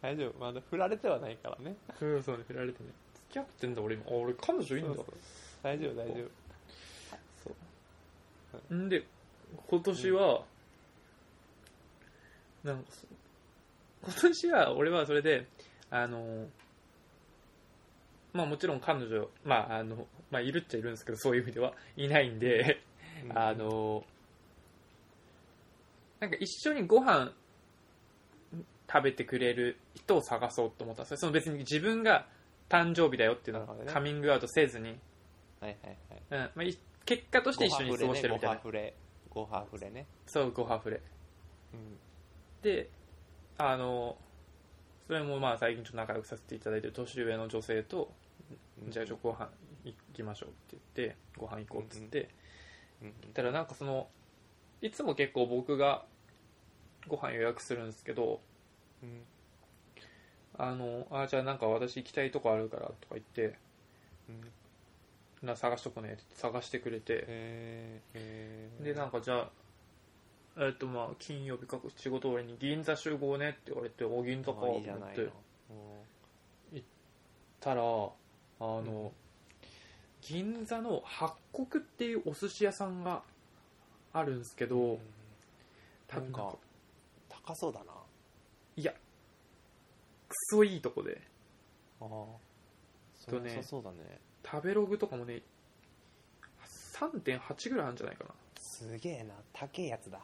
Speaker 2: 大丈夫まだ振られてはないから
Speaker 1: <laughs>
Speaker 2: ね
Speaker 1: そうそうね、振られてね。付き合ってんだ、俺今。あ、俺彼女いんだ。
Speaker 2: そう大丈夫大丈夫
Speaker 1: んで、今年は、なんかそう、今年は俺はそれで、あの、まあもちろん彼女、まああの、まあいるっちゃいるんですけど、そういう意味では、いないんで、あのなんか一緒にご飯食べてくれる人を探そうと思ったんですよその別に自分が誕生日だよっていうの
Speaker 2: なる
Speaker 1: は
Speaker 2: ほどね
Speaker 1: カミングアウトせずに、
Speaker 2: はいはいはい
Speaker 1: うんまあ、い結果として一緒に過ごしてるみたいな、
Speaker 2: ごねごはふれごはふれね
Speaker 1: そうごはふれ
Speaker 2: うん
Speaker 1: であのそれもまあ最近ちょっと仲良くさせていただいてる年上の女性とじゃあちょっとご飯行きましょうって言ってご飯行こうっつって、
Speaker 2: うんうん
Speaker 1: たらなんかそのいつも結構僕がご飯予約するんですけど
Speaker 2: うん
Speaker 1: あのあじゃあなんか私行きたいとこあるからとか言って
Speaker 2: うん
Speaker 1: な探しとこねって探してくれて
Speaker 2: へーへー
Speaker 1: でなんかじゃあえっとまあ金曜日か仕事終わりに銀座集合ねって言われてお銀座かと
Speaker 2: あ
Speaker 1: 思っ
Speaker 2: いいじ
Speaker 1: て
Speaker 2: ゃないのうん
Speaker 1: たらあの、銀座の八国っていうお寿司屋さんがあるんですけど、多
Speaker 2: なん
Speaker 1: 分
Speaker 2: か高そうだない
Speaker 1: や、クソいいとこで、
Speaker 2: ああ
Speaker 1: と
Speaker 2: それ
Speaker 1: ね
Speaker 2: 良さそうだね
Speaker 1: 食べログとかもね、3.8ぐらいあるんじゃないか
Speaker 2: すげえな高えやつだ
Speaker 1: な。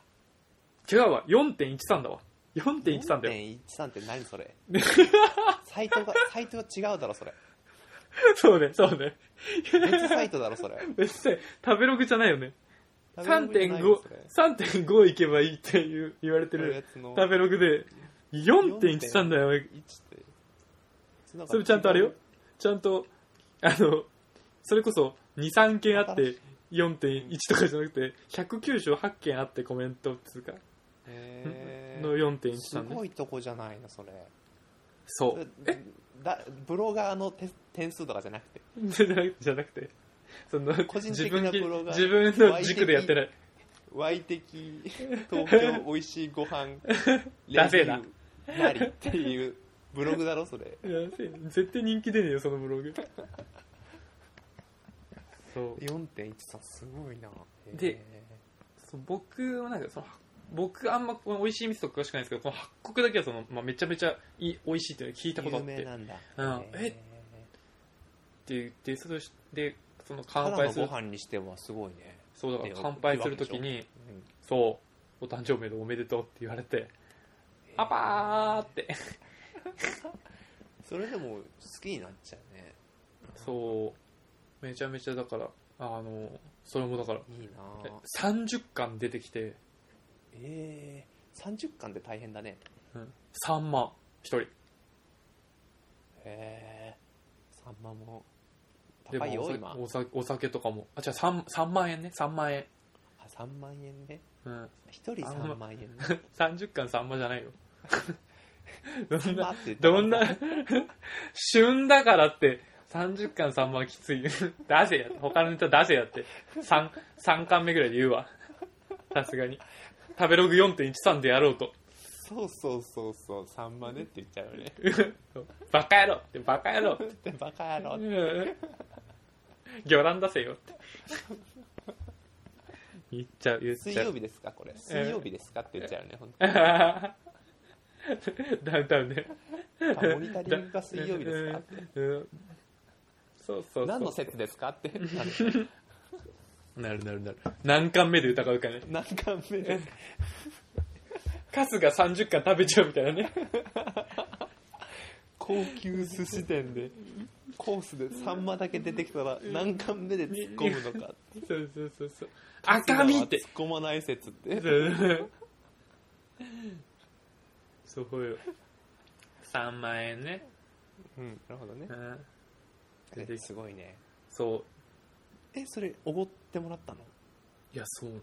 Speaker 1: 違うわ、4.13だわ。4.13だよ。
Speaker 2: 4.13って何それ <laughs> サイトがサイトは違うだろそれ
Speaker 1: <laughs> そうね、そうね。
Speaker 2: 別サイトだろそれ
Speaker 1: 別に食べログじゃないよね。3.5
Speaker 2: 3.5、
Speaker 1: 3.5いけばいいっていう言われてる食べログで、4.13だよ。それちゃんとあれよ。ちゃんと、あの、それこそ2、3件あって4.1とかじゃなくて、198件あってコメントっつうか、
Speaker 2: へー
Speaker 1: の4.1
Speaker 2: す
Speaker 1: なんで。
Speaker 2: ごいとこじゃないのそれ
Speaker 1: そう。 <laughs>
Speaker 2: えだブロガーの点点数とかじゃなくて
Speaker 1: じゃなくじゃなくて、その、
Speaker 2: 個人
Speaker 1: 自
Speaker 2: 的
Speaker 1: 分
Speaker 2: な
Speaker 1: き
Speaker 2: ブロガー
Speaker 1: 自分の軸でやってない。
Speaker 2: 湧いて
Speaker 1: <laughs>
Speaker 2: き東京おいしいご飯
Speaker 1: ダセーな
Speaker 2: レビューなりっていうブログだろそれ
Speaker 1: いやせ絶対人気出ねえよ、そのブ
Speaker 2: <laughs>
Speaker 1: ログ。そう。
Speaker 2: 4.13すごいな
Speaker 1: で
Speaker 2: へ
Speaker 1: そう僕はなんかその僕あんまこの美味しい店とか詳しくないんですけどこの八国だけはその、まあ、めちゃめちゃいい美味しいっていうのを聞いた
Speaker 2: ー
Speaker 1: ことあっ
Speaker 2: 有
Speaker 1: て
Speaker 2: 名なんだ
Speaker 1: うん
Speaker 2: へー
Speaker 1: えって言ってそれでその
Speaker 2: た
Speaker 1: 乾
Speaker 2: だ
Speaker 1: 杯
Speaker 2: の
Speaker 1: す
Speaker 2: ご
Speaker 1: る
Speaker 2: 飯にしてはすごいね
Speaker 1: そうだから乾杯するときに
Speaker 2: うん
Speaker 1: そうお誕生日でおめでとうって言われてパパーって
Speaker 2: それでも好きになっちゃうね
Speaker 1: そうめちゃめちゃだからあのそれもだから
Speaker 2: いいなあ
Speaker 1: 30巻出てきて、
Speaker 2: えー、30巻って大変だね
Speaker 1: うん、3万1人
Speaker 2: へえサンマも
Speaker 1: で
Speaker 2: 高いよ
Speaker 1: もう
Speaker 2: 今
Speaker 1: お酒お酒とかもあ違う 3, 3万円ね3万円
Speaker 2: あ3万円ね
Speaker 1: うん
Speaker 2: 一人
Speaker 1: あんま
Speaker 2: 3万
Speaker 1: <laughs>
Speaker 2: 円ね
Speaker 1: 30巻さんまじゃないよどんな
Speaker 2: 待って
Speaker 1: どんな <laughs> 旬だからって30巻さんまはきつい <laughs> 出せや他のネタ出せやって 3, 三巻目ぐらいで言うわさすがに食べログ4.13でやろうと <laughs>
Speaker 2: そうそうそうそう3万ねって言っちゃう
Speaker 1: <laughs>
Speaker 2: よね
Speaker 1: バカ野郎ってバカ野郎
Speaker 2: でバカ野郎って
Speaker 1: 魚卵出せよって言っちゃう言っ
Speaker 2: 水
Speaker 1: ちゃ
Speaker 2: 曜
Speaker 1: う
Speaker 2: 日ですかこれ水曜日ですかって言っちゃうよねほんと
Speaker 1: <laughs> ダウンタウンで
Speaker 2: あモニタリングが水曜日ですかって
Speaker 1: うんそうそうそう
Speaker 2: 何の説ですか
Speaker 1: <laughs>
Speaker 2: ってな
Speaker 1: な
Speaker 2: る
Speaker 1: るなるなる何巻目で疑うかね
Speaker 2: 何巻目で
Speaker 1: 春日30巻食べちゃうみたいな
Speaker 2: <laughs>
Speaker 1: ね
Speaker 2: 高級寿司店でコースでサンマだけ出てきたら何巻目で突っ込むのか
Speaker 1: そうそうそうそう赤身って
Speaker 2: 突っ込まない説って
Speaker 1: そうよ3万円ね、
Speaker 2: うんなるほどね
Speaker 1: うん、
Speaker 2: えすごいね
Speaker 1: そう
Speaker 2: えそれおごってもらったの
Speaker 1: いやそうなの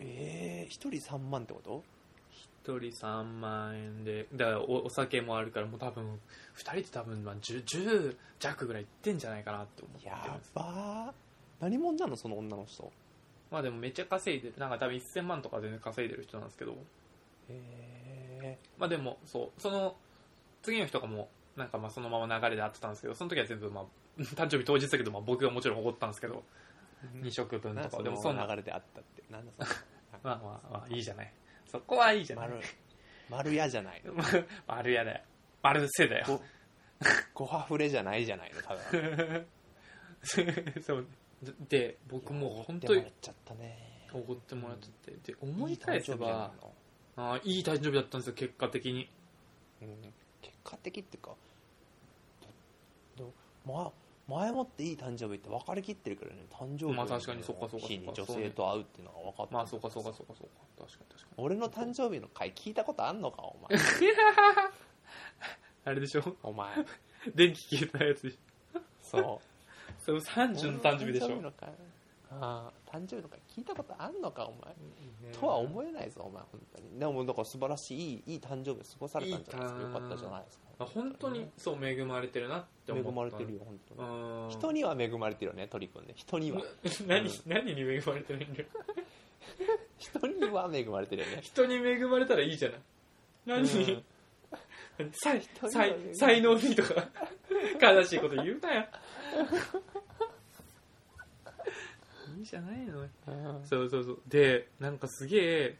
Speaker 2: ええ一人3万ってこと
Speaker 1: 1人3万円でだからおお酒もあるからもう多分2人って多分まあ 10, 10弱ぐらいいってんじゃないかなって思って
Speaker 2: や
Speaker 1: ます
Speaker 2: ばー何者なのその女の人
Speaker 1: まあでもめっちゃ稼いでるなんか多分1000万とか全然稼いでる人なんですけど
Speaker 2: え
Speaker 1: まあでもそうその次の日とかもなんかまあそのまま流れで会ってたんですけどその時は全部まあ <laughs> 誕生日当日だけどまあ僕がもちろん怒ったんですけど
Speaker 2: ー
Speaker 1: 2食分
Speaker 2: な
Speaker 1: と
Speaker 2: ん
Speaker 1: か
Speaker 2: か
Speaker 1: でも
Speaker 2: そ
Speaker 1: そん
Speaker 2: の
Speaker 1: なま
Speaker 2: 流れであったってなんだそ <laughs> の
Speaker 1: あまあまあいいじゃないそこはいいじゃない
Speaker 2: 丸丸屋じゃないの
Speaker 1: 丸やだよ丸せだよ
Speaker 2: <laughs> ごごはふれじゃないじゃないのただ
Speaker 1: そうで僕もう本
Speaker 2: で
Speaker 1: 当
Speaker 2: も
Speaker 1: に
Speaker 2: やっちゃったね
Speaker 1: おごってもらっちゃってで思い返せば
Speaker 2: いい誕生日じゃないの
Speaker 1: あーいい誕生日だったんですよ結果的に
Speaker 2: うん結果的っていうかどどま前もっていい誕生日って分かりきってるからね誕生日
Speaker 1: まあ確かにそっかそっかそっか
Speaker 2: 日に女性と会うっていうのが分かってる
Speaker 1: まあそうかそうかそうかそうか確かに確か
Speaker 2: 俺の誕生日の回聞いたことあんのかお前
Speaker 1: <laughs> にあれでしょ <laughs>
Speaker 2: お前
Speaker 1: 電気消えたやつでしょ
Speaker 2: そう
Speaker 1: その30の誕 <laughs> 生日でし
Speaker 2: 俺
Speaker 1: ょ
Speaker 2: の誕生日の回ああ誕生日の回聞いたことあんのかお前とは思えないぞお前本当にでもだから素晴らしいいいいい誕生日を過ごされたんじゃないですか
Speaker 1: いい
Speaker 2: よ
Speaker 1: 誕
Speaker 2: かったじゃないですか
Speaker 1: あ本当にそう恵まれてるなって思
Speaker 2: 恵
Speaker 1: った
Speaker 2: まれてるよ本
Speaker 1: う
Speaker 2: 当に
Speaker 1: ーん
Speaker 2: 人には恵まれてるよねトリ君ね人には
Speaker 1: <laughs> 何何に恵まれてるんだよ
Speaker 2: 人には恵まれてるよね
Speaker 1: 人に恵まれたらいいじゃない何 <laughs> に何才
Speaker 2: に
Speaker 1: 才
Speaker 2: は恵まれ
Speaker 1: 才能にとか <laughs>
Speaker 2: <laughs>
Speaker 1: 悲しいこと言うなよんじゃないの
Speaker 2: うん
Speaker 1: そうそうそうでなんかすげえ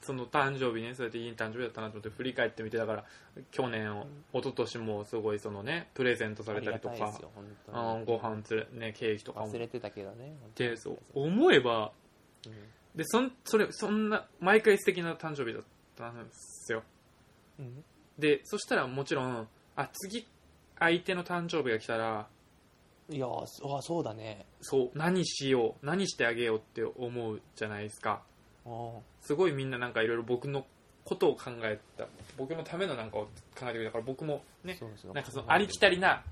Speaker 1: その誕生日ねそうやっていい誕生日だったなと思って振り返ってみてだから去年を一昨年もすごいそのねプレゼントされたりと
Speaker 2: あがたい
Speaker 1: か
Speaker 2: ですよ本当に
Speaker 1: うんご飯つれ、ね、ケーキとかも
Speaker 2: 忘れてたけどね本当に
Speaker 1: でそう思えば
Speaker 2: うん
Speaker 1: でそんそれそんな毎回素敵な誕生日だったんですよ
Speaker 2: うん
Speaker 1: でそしたらもちろんあ次相手の誕生日が来たら
Speaker 2: いやーそあそうだね
Speaker 1: そう何しよう何してあげようって思うじゃないですか
Speaker 2: うん
Speaker 1: すごいみんななんかいろいろ僕のことを考えた僕のためのなんかを考えてくれたから僕もね
Speaker 2: そうそう
Speaker 1: なんかそのありきたりな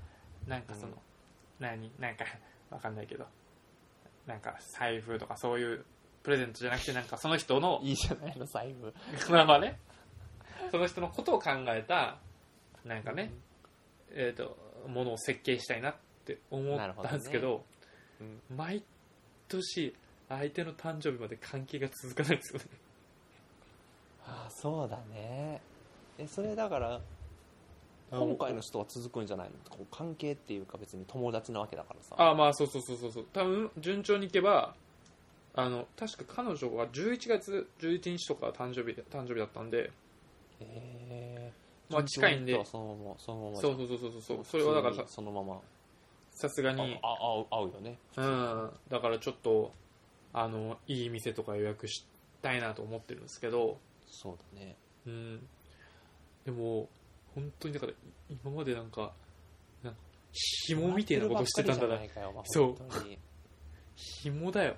Speaker 1: なんかその、
Speaker 2: うん
Speaker 1: 何なんかわかんないけどなんか財布とかそういうプレゼントじゃなくてなんかその人の
Speaker 2: いいじゃないの財布
Speaker 1: まあまあねその人のことを考えたなんかね、えっ、とものを設計したいなって思
Speaker 2: なる
Speaker 1: っ
Speaker 2: ほど
Speaker 1: た
Speaker 2: ね
Speaker 1: んですけど
Speaker 2: うん
Speaker 1: 毎年相手の誕生日まで関係が続かないですよね
Speaker 2: あそうだねえそれだから今回の人は続くんじゃないのこう関係っていうか別に友達なわけだからさ
Speaker 1: ああまあそうそうそうそうそう多分順調にいけばあの確か彼女が11月11日とか誕生日で誕生日だったんで
Speaker 2: え
Speaker 1: まあ近いんで
Speaker 2: そのままそのままじ
Speaker 1: そ
Speaker 2: ゃ
Speaker 1: うんそうそうそうそうそれはだか
Speaker 2: 普通
Speaker 1: ら
Speaker 2: にそのまま
Speaker 1: ささすが
Speaker 2: あ
Speaker 1: に
Speaker 2: あ合う合うよね
Speaker 1: うんだからちょっとあのいい店とか予約したいなと思ってるんですけど
Speaker 2: そうだね
Speaker 1: うんでも本当にだから今までなんかなんか紐みたいなことしてたんだな
Speaker 2: 待ってるばっかりじゃ
Speaker 1: そう
Speaker 2: ないかよ、まあ、本当に
Speaker 1: 紐だよ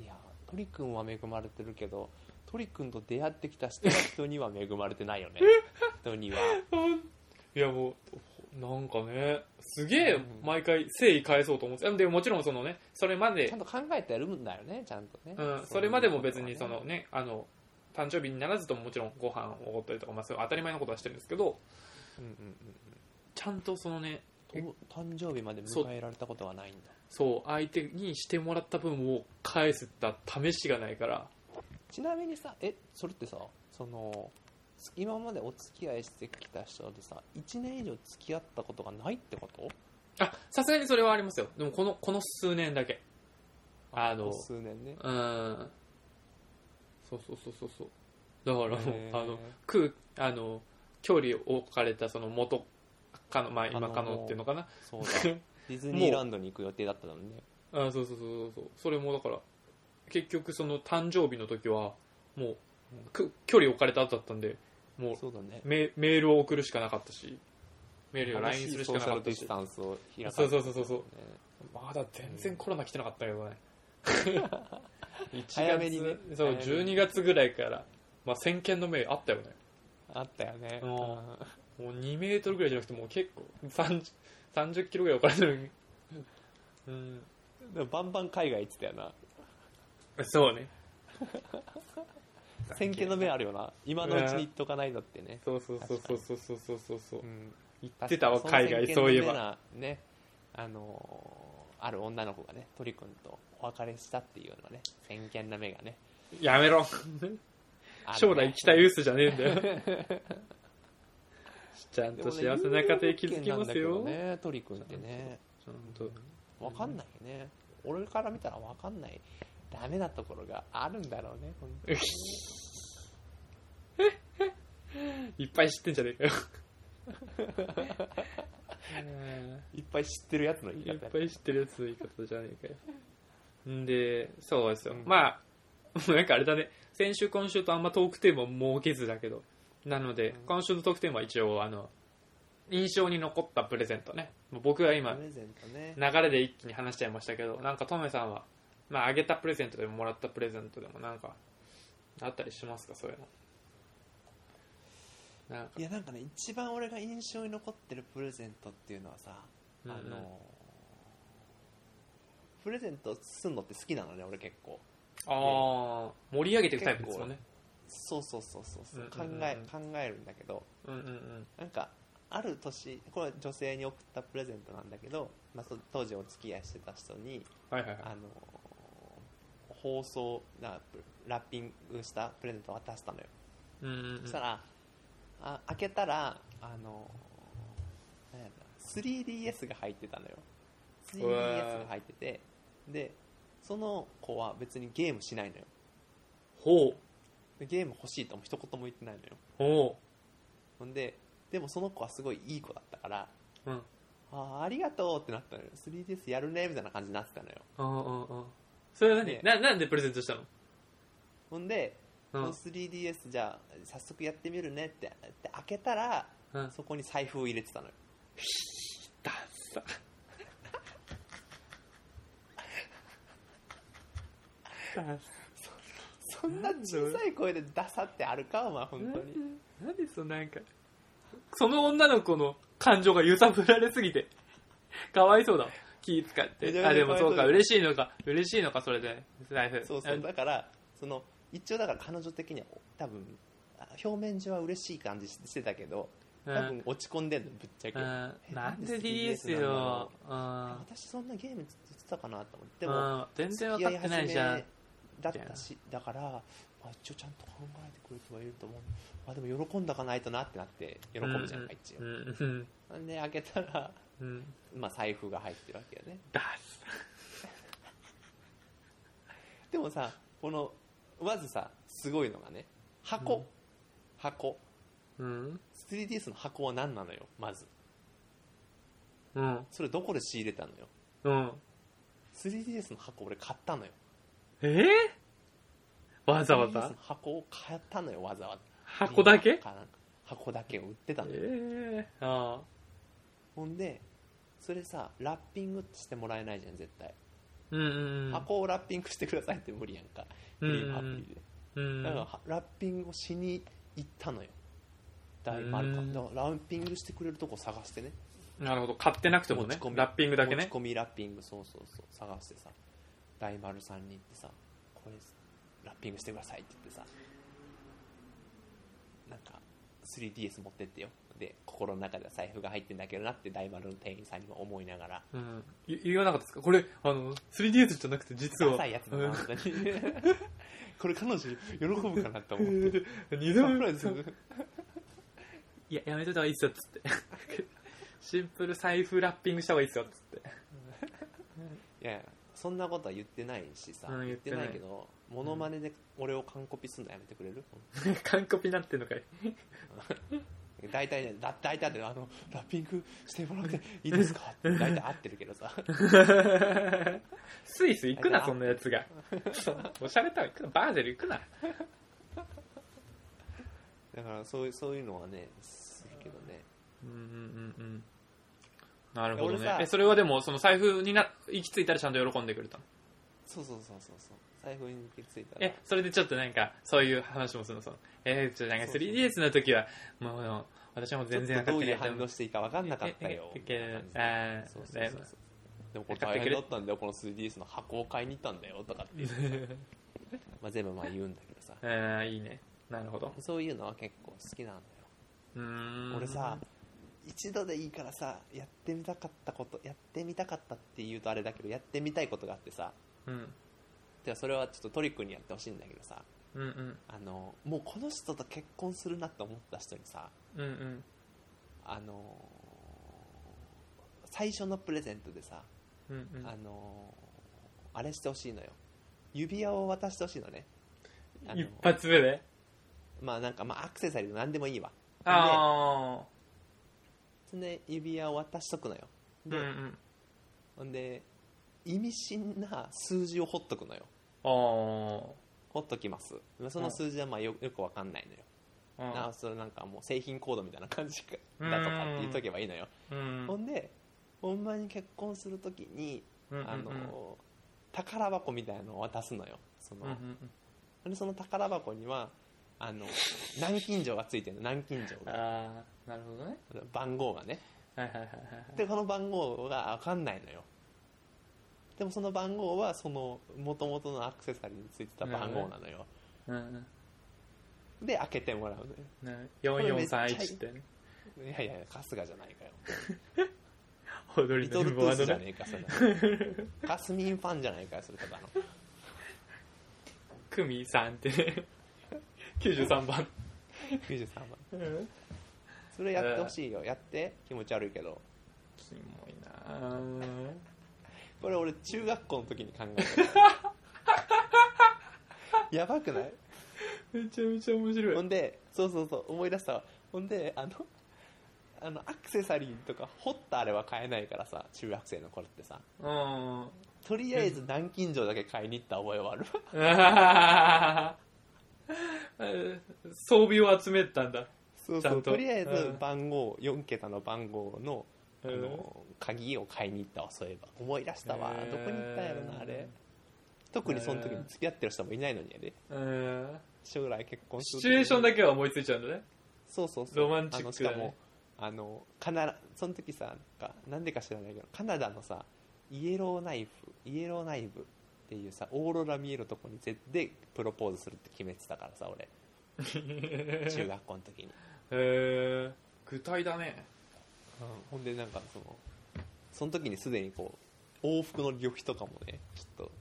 Speaker 2: いやトリ君は恵まれてるけどトリ君と出会ってきた人は人には恵まれてないよね人には、
Speaker 1: いやもう、なんかね、すげえ
Speaker 2: うん
Speaker 1: 毎回誠意返そうと思って、でももちろんそのね、それま
Speaker 2: ち
Speaker 1: で
Speaker 2: ゃん、と考えてやるんだよねちゃんとね、
Speaker 1: うん、それまでも別にそのね、あの、誕生日にならずとももちろんご飯をおごったりとか、まあそういう当たり前のことはしてるんですけど、
Speaker 2: うんうんうん
Speaker 1: ちゃんとそのね、
Speaker 2: お誕生日まで迎えられたことはないんだ
Speaker 1: そう、相手にしてもらった分を返せた試しがないから、
Speaker 2: ちなみにさえそれってさその今までお付き合いしてきた人でさ1年以上付き合ったことがないってこと
Speaker 1: あ、さすがにそれはありますよ。でもこの、この数年だけ。あの
Speaker 2: ここ、数年ね
Speaker 1: うん。そうそうそうそうそう。だからもう
Speaker 2: へ、ー
Speaker 1: あの、空あの距離を置かれたその元かのまあ
Speaker 2: あ
Speaker 1: 今
Speaker 2: の
Speaker 1: かのっていうのかな <laughs>
Speaker 2: そうだディズニーランドに行く予定だったのにね
Speaker 1: あそうそうそうそうそうそれもだから結局その誕生日の時はも
Speaker 2: うん
Speaker 1: うく距離置かれた後だったんでも
Speaker 2: そうだね
Speaker 1: うメメールを送るしかなかったしメールや LINE するしかなかっ
Speaker 2: デ
Speaker 1: た
Speaker 2: ィ
Speaker 1: し
Speaker 2: スタンスを開か
Speaker 1: そ
Speaker 2: れ
Speaker 1: う
Speaker 2: て
Speaker 1: そ
Speaker 2: る
Speaker 1: うそうそうそう
Speaker 2: ね
Speaker 1: まだ全然コロナ来てなかったけどね1月
Speaker 2: <laughs> 早めにね
Speaker 1: そう
Speaker 2: 早めに
Speaker 1: 12月ぐらいから、まあ、先見の目あったよね
Speaker 2: あったよね
Speaker 1: うんもう2メートルぐらいじゃなくてもう結構30 30キロぐらい置かれてるうん
Speaker 2: うんバンバン海外行ってたよな
Speaker 1: そうね
Speaker 2: 先見の目あるよな今のうちに行っとかないのってね
Speaker 1: そうそうそうそうそうそうそうそうそう
Speaker 2: うん
Speaker 1: 行ってたわ海外そういえば
Speaker 2: ばねあのーある女の子がね鳥くんとお別れしたっていうのがね先見の目がね
Speaker 1: やめろ
Speaker 2: あるね
Speaker 1: 将来行きたいユースじゃねえんだよちゃん
Speaker 2: で
Speaker 1: と
Speaker 2: もね
Speaker 1: 幸せな家庭 <laughs> 築きますよ
Speaker 2: 有名県なんだけどね鳥くんってね
Speaker 1: ちゃんと
Speaker 2: わかんないよね俺から見たらわかんないダメなところがあるんだろうね本当に
Speaker 1: いっぱい知ってんじゃねえか <laughs> よ
Speaker 2: いっぱい知ってるやつの言い
Speaker 1: いっ
Speaker 2: 方
Speaker 1: ぱい知ってるやつの言い方じゃねえかよ。
Speaker 2: <laughs>
Speaker 1: んで、そうですよ。
Speaker 2: うん
Speaker 1: まあ、 <laughs> なんかあれだね、先週今週とあんまトークテーマ設けずだけど、なので、
Speaker 2: うん
Speaker 1: 今週のトークテーマは一応、あの、印象に残ったプレゼントね。もう僕は今
Speaker 2: プ、レゼントね
Speaker 1: 流れで一気に話しちゃいましたけど、なんかトメさんは、まあ、あげたプレゼントでももらったプレゼントでもなんか、あったりしますか、そういうの。なんか、
Speaker 2: いやなんかね一番俺が印象に残ってるプレゼントっていうのはさ、あ
Speaker 1: うんうん
Speaker 2: のプレゼントすんのって好きなのね俺結構
Speaker 1: ああ、盛り上げていくタイプですよね。
Speaker 2: そうそうそうそうそう
Speaker 1: うん
Speaker 2: 考
Speaker 1: うんうん
Speaker 2: え考えるんだけど
Speaker 1: うんうんうん。
Speaker 2: なんかある年これは女性に送ったプレゼントなんだけど、まあ、そ当時お付き合いしてた人に
Speaker 1: はいはいはい。
Speaker 2: あの包装なラッピングしたプレゼントを渡したのよ
Speaker 1: うんうんうん
Speaker 2: そしたら、あ開けたら、あのなんやろな 3DS が入ってたのよ。
Speaker 1: うわー
Speaker 2: 3DS が入ってて、でその子は別にゲームしないのよ
Speaker 1: ほう
Speaker 2: でゲーム欲しいとも一言も言ってないのよ
Speaker 1: ほ
Speaker 2: ほんででもその子はすごいいい子だったから
Speaker 1: ううん
Speaker 2: あーありがとうってなったのよ 3DS やるねみたいな感じになってたのよ
Speaker 1: ああああそれは何、
Speaker 2: ね
Speaker 1: ななんでプレゼントしたの
Speaker 2: ほんで、
Speaker 1: う
Speaker 2: こ
Speaker 1: ん
Speaker 2: の 3DS じゃあ早速やってみるねってって開けたら
Speaker 1: うん
Speaker 2: そこに財布を入れてたのよ
Speaker 1: ダサダサ
Speaker 2: そんな小さい声でダサってあるかお前本当に
Speaker 1: 何そのなんかその女の子の感情が揺さぶられすぎてかわいそうだわ気使っ
Speaker 2: めち
Speaker 1: て
Speaker 2: ゃめちゃ
Speaker 1: あでもそう
Speaker 2: か
Speaker 1: か
Speaker 2: わい
Speaker 1: 嬉しいのか嬉しいのかそれで財布
Speaker 2: そうそうだからその一応だから彼女的には多分あ表面上は嬉しい感じししてたけど
Speaker 1: う
Speaker 2: 多
Speaker 1: ん
Speaker 2: 分落ち込んでんのぶっちゃけ、
Speaker 1: うん
Speaker 2: え
Speaker 1: なんで DS
Speaker 2: なんだ
Speaker 1: よ
Speaker 2: ろ
Speaker 1: う
Speaker 2: うん私そんなゲームずっとやってたかなと思ってで
Speaker 1: う
Speaker 2: も
Speaker 1: ん全然分かってないじゃん
Speaker 2: 付き合い始めだったしだから、まあ、一応ちゃんと考えてくれてはいると思う、まあ、でも喜んだかないとなってなって喜ぶじゃんか一
Speaker 1: うんうん
Speaker 2: 応んで開けたら、
Speaker 1: うんうん
Speaker 2: まあ、財布が入ってるわけよね
Speaker 1: ダ
Speaker 2: でもさこのまずさすごいのがね箱、
Speaker 1: うん
Speaker 2: 箱
Speaker 1: サうん
Speaker 2: 3DS の箱は何なのよまず
Speaker 1: うん
Speaker 2: それどこで仕入れたのよ
Speaker 1: うん
Speaker 2: 3DS の箱俺買ったのよ
Speaker 1: えーわざわ
Speaker 2: 3DS
Speaker 1: ざ
Speaker 2: の箱を買ったのよわざわざ
Speaker 1: 箱だけ
Speaker 2: かなんか箱だけを売ってたのよ
Speaker 1: ええああ
Speaker 2: ほんでそれさラッピングしてもらえないじゃん絶対、
Speaker 1: うんうんうん
Speaker 2: 箱をラッピングしてくださいって無理やんか
Speaker 1: う
Speaker 2: フ
Speaker 1: ん
Speaker 2: リーのアプリで、
Speaker 1: うん
Speaker 2: だからはラッピングをしに行ったのよ大丸か
Speaker 1: うん
Speaker 2: だからラッピングしてくれるとこ探してね
Speaker 1: なるほど買ってなくてもね
Speaker 2: 持ち込み
Speaker 1: ラッピングだけ
Speaker 2: 持
Speaker 1: ね
Speaker 2: ち込みラッピングそうそうそう探してさ大丸さんに行ってさこれラッピングしてくださいって言ってさなんか 3DS 持ってってよで心の中では財布が入ってんだけどなって大丸の店員さんにも思いながら
Speaker 1: うん、い言わなかったですかこれあの 3DS じゃなくて実は
Speaker 2: ダサいやつだ
Speaker 1: <laughs>
Speaker 2: な本当にこれ彼女喜ぶかなと
Speaker 1: う
Speaker 2: 思 <laughs> って
Speaker 1: ん二
Speaker 2: サ
Speaker 1: 度
Speaker 2: プ
Speaker 1: 目
Speaker 2: ライズ
Speaker 1: いややめといた方がいいっすよっつって <laughs> シンプル財布ラッピングした方がいいっすよっつって
Speaker 2: いやいやそんなことは言ってないしさ、
Speaker 1: うん
Speaker 2: 言
Speaker 1: 言
Speaker 2: っ
Speaker 1: ってて
Speaker 2: な
Speaker 1: ない
Speaker 2: いけどモノマネで俺を完コピすんのやめてくれる、
Speaker 1: 完コピになってんの <laughs> かい
Speaker 2: 大体ね、だ大体であのラッピングしてもらっていいですかって大体合ってるけ
Speaker 1: <laughs>
Speaker 2: どさ
Speaker 1: スイス行く
Speaker 2: あ
Speaker 1: な
Speaker 2: じゃあ
Speaker 1: そんなやつがおしゃれたら行くなバーゼル行くな
Speaker 2: だからそういうそういうのはねするけどね
Speaker 1: うんうんうんうんなるほど
Speaker 2: 俺さ
Speaker 1: ねえそれはでもその財布にな行き着いたらちゃんと喜んでくれたの
Speaker 2: そうそうそうそうそう財布に行き着いたら
Speaker 1: えそれでちょっとなんかそういう話もするのそのえー、ちょっとなんか
Speaker 2: そうそう
Speaker 1: 3DS の時はもうあ <laughs> の私はもう全然
Speaker 2: ちょっとどういう
Speaker 1: と思
Speaker 2: 反応していいか分かんなかったよ
Speaker 1: ええ
Speaker 2: みたいな感じで
Speaker 1: ええ
Speaker 2: そうそうそう
Speaker 1: え
Speaker 2: そうでもこれ大変だったんだよこの 3DS の箱を買いに行ったんだよとかって、まあ、全部まあ言うんだけどさ
Speaker 1: ああいいねなるほど
Speaker 2: そういうのは結構好きなのよ
Speaker 1: うーん
Speaker 2: 俺さ一度でいいからさやってみたかったことやってみたかったって言うとあれだけどやってみたいことがあってさ
Speaker 1: うん
Speaker 2: てかそれはちょっとトリックにやってほしいんだけどさ
Speaker 1: うんうん
Speaker 2: あのもうこの人と結婚するなって思った人にさ
Speaker 1: うんうん
Speaker 2: あの最初のプレゼントでさ、
Speaker 1: うんうん
Speaker 2: あのあれしてほしいのよ指輪を渡してほしいのねあの
Speaker 1: 一発目で
Speaker 2: まあなんかまあアクセサリーでも何でもいいわ
Speaker 1: ああ
Speaker 2: そんで指輪を渡しとくのよ
Speaker 1: うんう
Speaker 2: で、
Speaker 1: ん
Speaker 2: ほんで意味深な数字をほっとくのよ
Speaker 1: あ
Speaker 2: ほっときますその数字はまあよよくわかんないのよ、
Speaker 1: あ
Speaker 2: あそれなんかもう製品コードみたいな感じか
Speaker 1: うん
Speaker 2: だとかって言っとけばいいのよ、
Speaker 1: うん
Speaker 2: ほんでほんまに結婚するときに、
Speaker 1: うん
Speaker 2: あの宝箱みたいなのを渡すのよその
Speaker 1: うんう、ん
Speaker 2: でその宝箱にはあの南京錠がついてるの南京錠が
Speaker 1: ああなるほどね
Speaker 2: 番号がね
Speaker 1: はいはいはいはい
Speaker 2: でこの番号が分かんないのよでもその番号はその元々のアクセサリーについてた番号なのよ、
Speaker 1: うん
Speaker 2: で開けてもらうのよ
Speaker 1: うん
Speaker 2: れめっちゃいい
Speaker 1: 4431ってね
Speaker 2: いやいや春日じゃないかよ
Speaker 1: 踊
Speaker 2: リ
Speaker 1: りの
Speaker 2: トル
Speaker 1: リボ
Speaker 2: トゥ
Speaker 1: ワ
Speaker 2: ー
Speaker 1: ー
Speaker 2: スじ
Speaker 1: ド
Speaker 2: ゃ
Speaker 1: ね
Speaker 2: ねえかそれ <laughs> カスミンファンじゃないかよそれただの
Speaker 1: クミさんってね93番
Speaker 2: 93番それやってほしいよやって気持ち悪いけど
Speaker 1: キモいなぁ
Speaker 2: これ俺中学校の時に考え <laughs> たやばくない
Speaker 1: めちゃめちゃ面白
Speaker 2: ほ
Speaker 1: い
Speaker 2: んでそうそうそう思い出したわほんであのあのアクセサリーとか掘ったあれは買えないからさ中学生の頃ってさ
Speaker 1: うん
Speaker 2: とりあえず南京錠だけ買いに行った覚えはある
Speaker 1: あー装備を集めたんだ
Speaker 2: そう
Speaker 1: ちゃ
Speaker 2: そ
Speaker 1: ん
Speaker 2: う
Speaker 1: と
Speaker 2: とりあえ
Speaker 1: う
Speaker 2: ず
Speaker 1: ん
Speaker 2: 番号4桁の番号のあ
Speaker 1: うん
Speaker 2: の鍵を買いに行ったわそういえば思い出したわ
Speaker 1: へー
Speaker 2: どこに行ったんやろなあれ特にその時に付き合ってる人もいないのにやで
Speaker 1: うん
Speaker 2: 将来結婚す
Speaker 1: シチ
Speaker 2: る
Speaker 1: ュエーションだ
Speaker 2: け
Speaker 1: けは思いついちゃうんだね
Speaker 2: そうそうそう
Speaker 1: ロマンチックだね
Speaker 2: あのしかもあのカナダその時さなんかなんでか知らないけどカナダのさイエローナイフイエローナイフっていうさオーロラ見えるとこに絶対プロポーズするって決めてたからさ俺中学校の時に、
Speaker 1: へえ具体だね
Speaker 2: ほんでなんかそのその時にすでにこう往復の旅費とかもねちょっと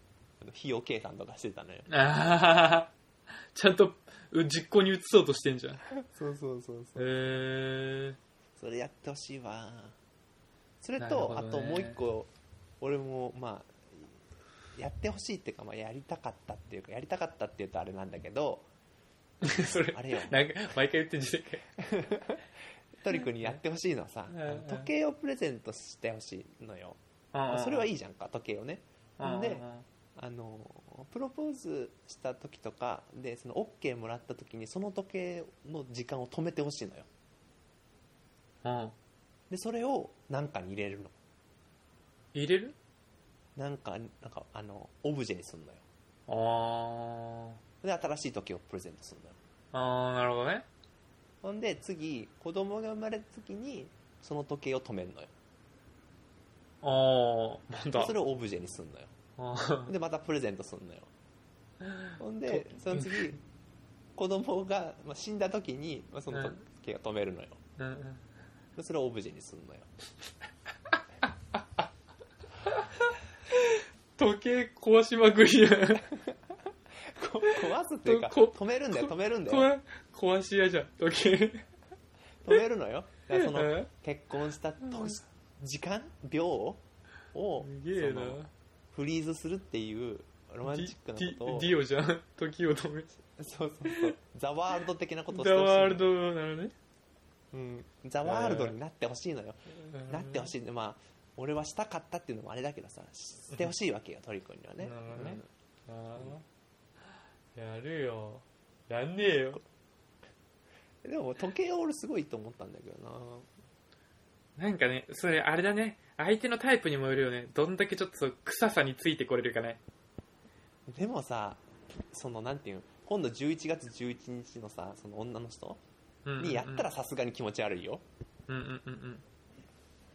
Speaker 2: あの費用計算とかしてたのよ
Speaker 1: あーちゃんとう実行に移そうとしてんじゃんへ
Speaker 2: そうそうそうそう
Speaker 1: え
Speaker 2: それやってほしいわそれ
Speaker 1: なるほ
Speaker 2: と、
Speaker 1: ど
Speaker 2: あ
Speaker 1: ね
Speaker 2: ともう一個俺もまあやってほしいっていうか、まあ、やりたかったっていうかやりたかったっていうとあれなんだけど
Speaker 1: <laughs> それ
Speaker 2: あれよ
Speaker 1: なんか毎回言ってんじゃねえか
Speaker 2: トリ君にやってほしいのはさ、
Speaker 1: うんうん
Speaker 2: あの時計をプレゼントしてほしいのよ、まあそれはいいじゃんか時計をねんであのプロポーズした時とかでその OK もらった時にその時計の時間を止めてほしいのよ
Speaker 1: うん
Speaker 2: でそれを何かに入れるの
Speaker 1: 入れる
Speaker 2: なんかなんかあのオブジェにするのよ
Speaker 1: あー
Speaker 2: で新しい時計をプレゼントするのよ
Speaker 1: あーなるほどね
Speaker 2: ほんで次子供が生まれた時にその時計を止めるのよ
Speaker 1: ああま
Speaker 2: で
Speaker 1: た
Speaker 2: それをオブジェにするのよ
Speaker 1: あー <laughs>
Speaker 2: でまたプレゼントするのよほんでその次子供が、まあ、死んだ時に、まあ、その時計を止めるのよ
Speaker 1: うんうん
Speaker 2: でそれをオブジェにするのよ
Speaker 1: 時計壊しまくりや
Speaker 2: こ壊すっていうか
Speaker 1: こ
Speaker 2: 止めるんだよ止めるんだよ
Speaker 1: 壊壊しやじゃん時計
Speaker 2: 止めるのよだ
Speaker 1: <laughs>
Speaker 2: からそ
Speaker 1: え
Speaker 2: の
Speaker 1: え
Speaker 2: 結婚した年時間秒をそ
Speaker 1: すげえな
Speaker 2: のフリーズするっていうロマンチックな
Speaker 1: ディ
Speaker 2: ことを
Speaker 1: ディディオじゃん時を止め
Speaker 2: そうそう
Speaker 1: <laughs>
Speaker 2: そうザワールド的なことをして
Speaker 1: ザ
Speaker 2: ほしいの
Speaker 1: ワールドなのね
Speaker 2: うん、ザワールドになってほしいのよ、
Speaker 1: うん
Speaker 2: なってほしいんでまあ俺はしたかったっていうのもあれだけどさしてほしいわけよトリコにはね
Speaker 1: なるほどねあーやるよやんねえよ
Speaker 2: うんでも時計は俺すごいと思ったんだけどな
Speaker 1: なんかねそれあれだね相手のタイプにもよるよねどんだけちょっと臭さについてこれるかね
Speaker 2: でもさそのなんていうの今度11月11日のさその女の人
Speaker 1: うんうんうん
Speaker 2: にやったらさすがに気持ち悪いよ、
Speaker 1: うんうんうんうん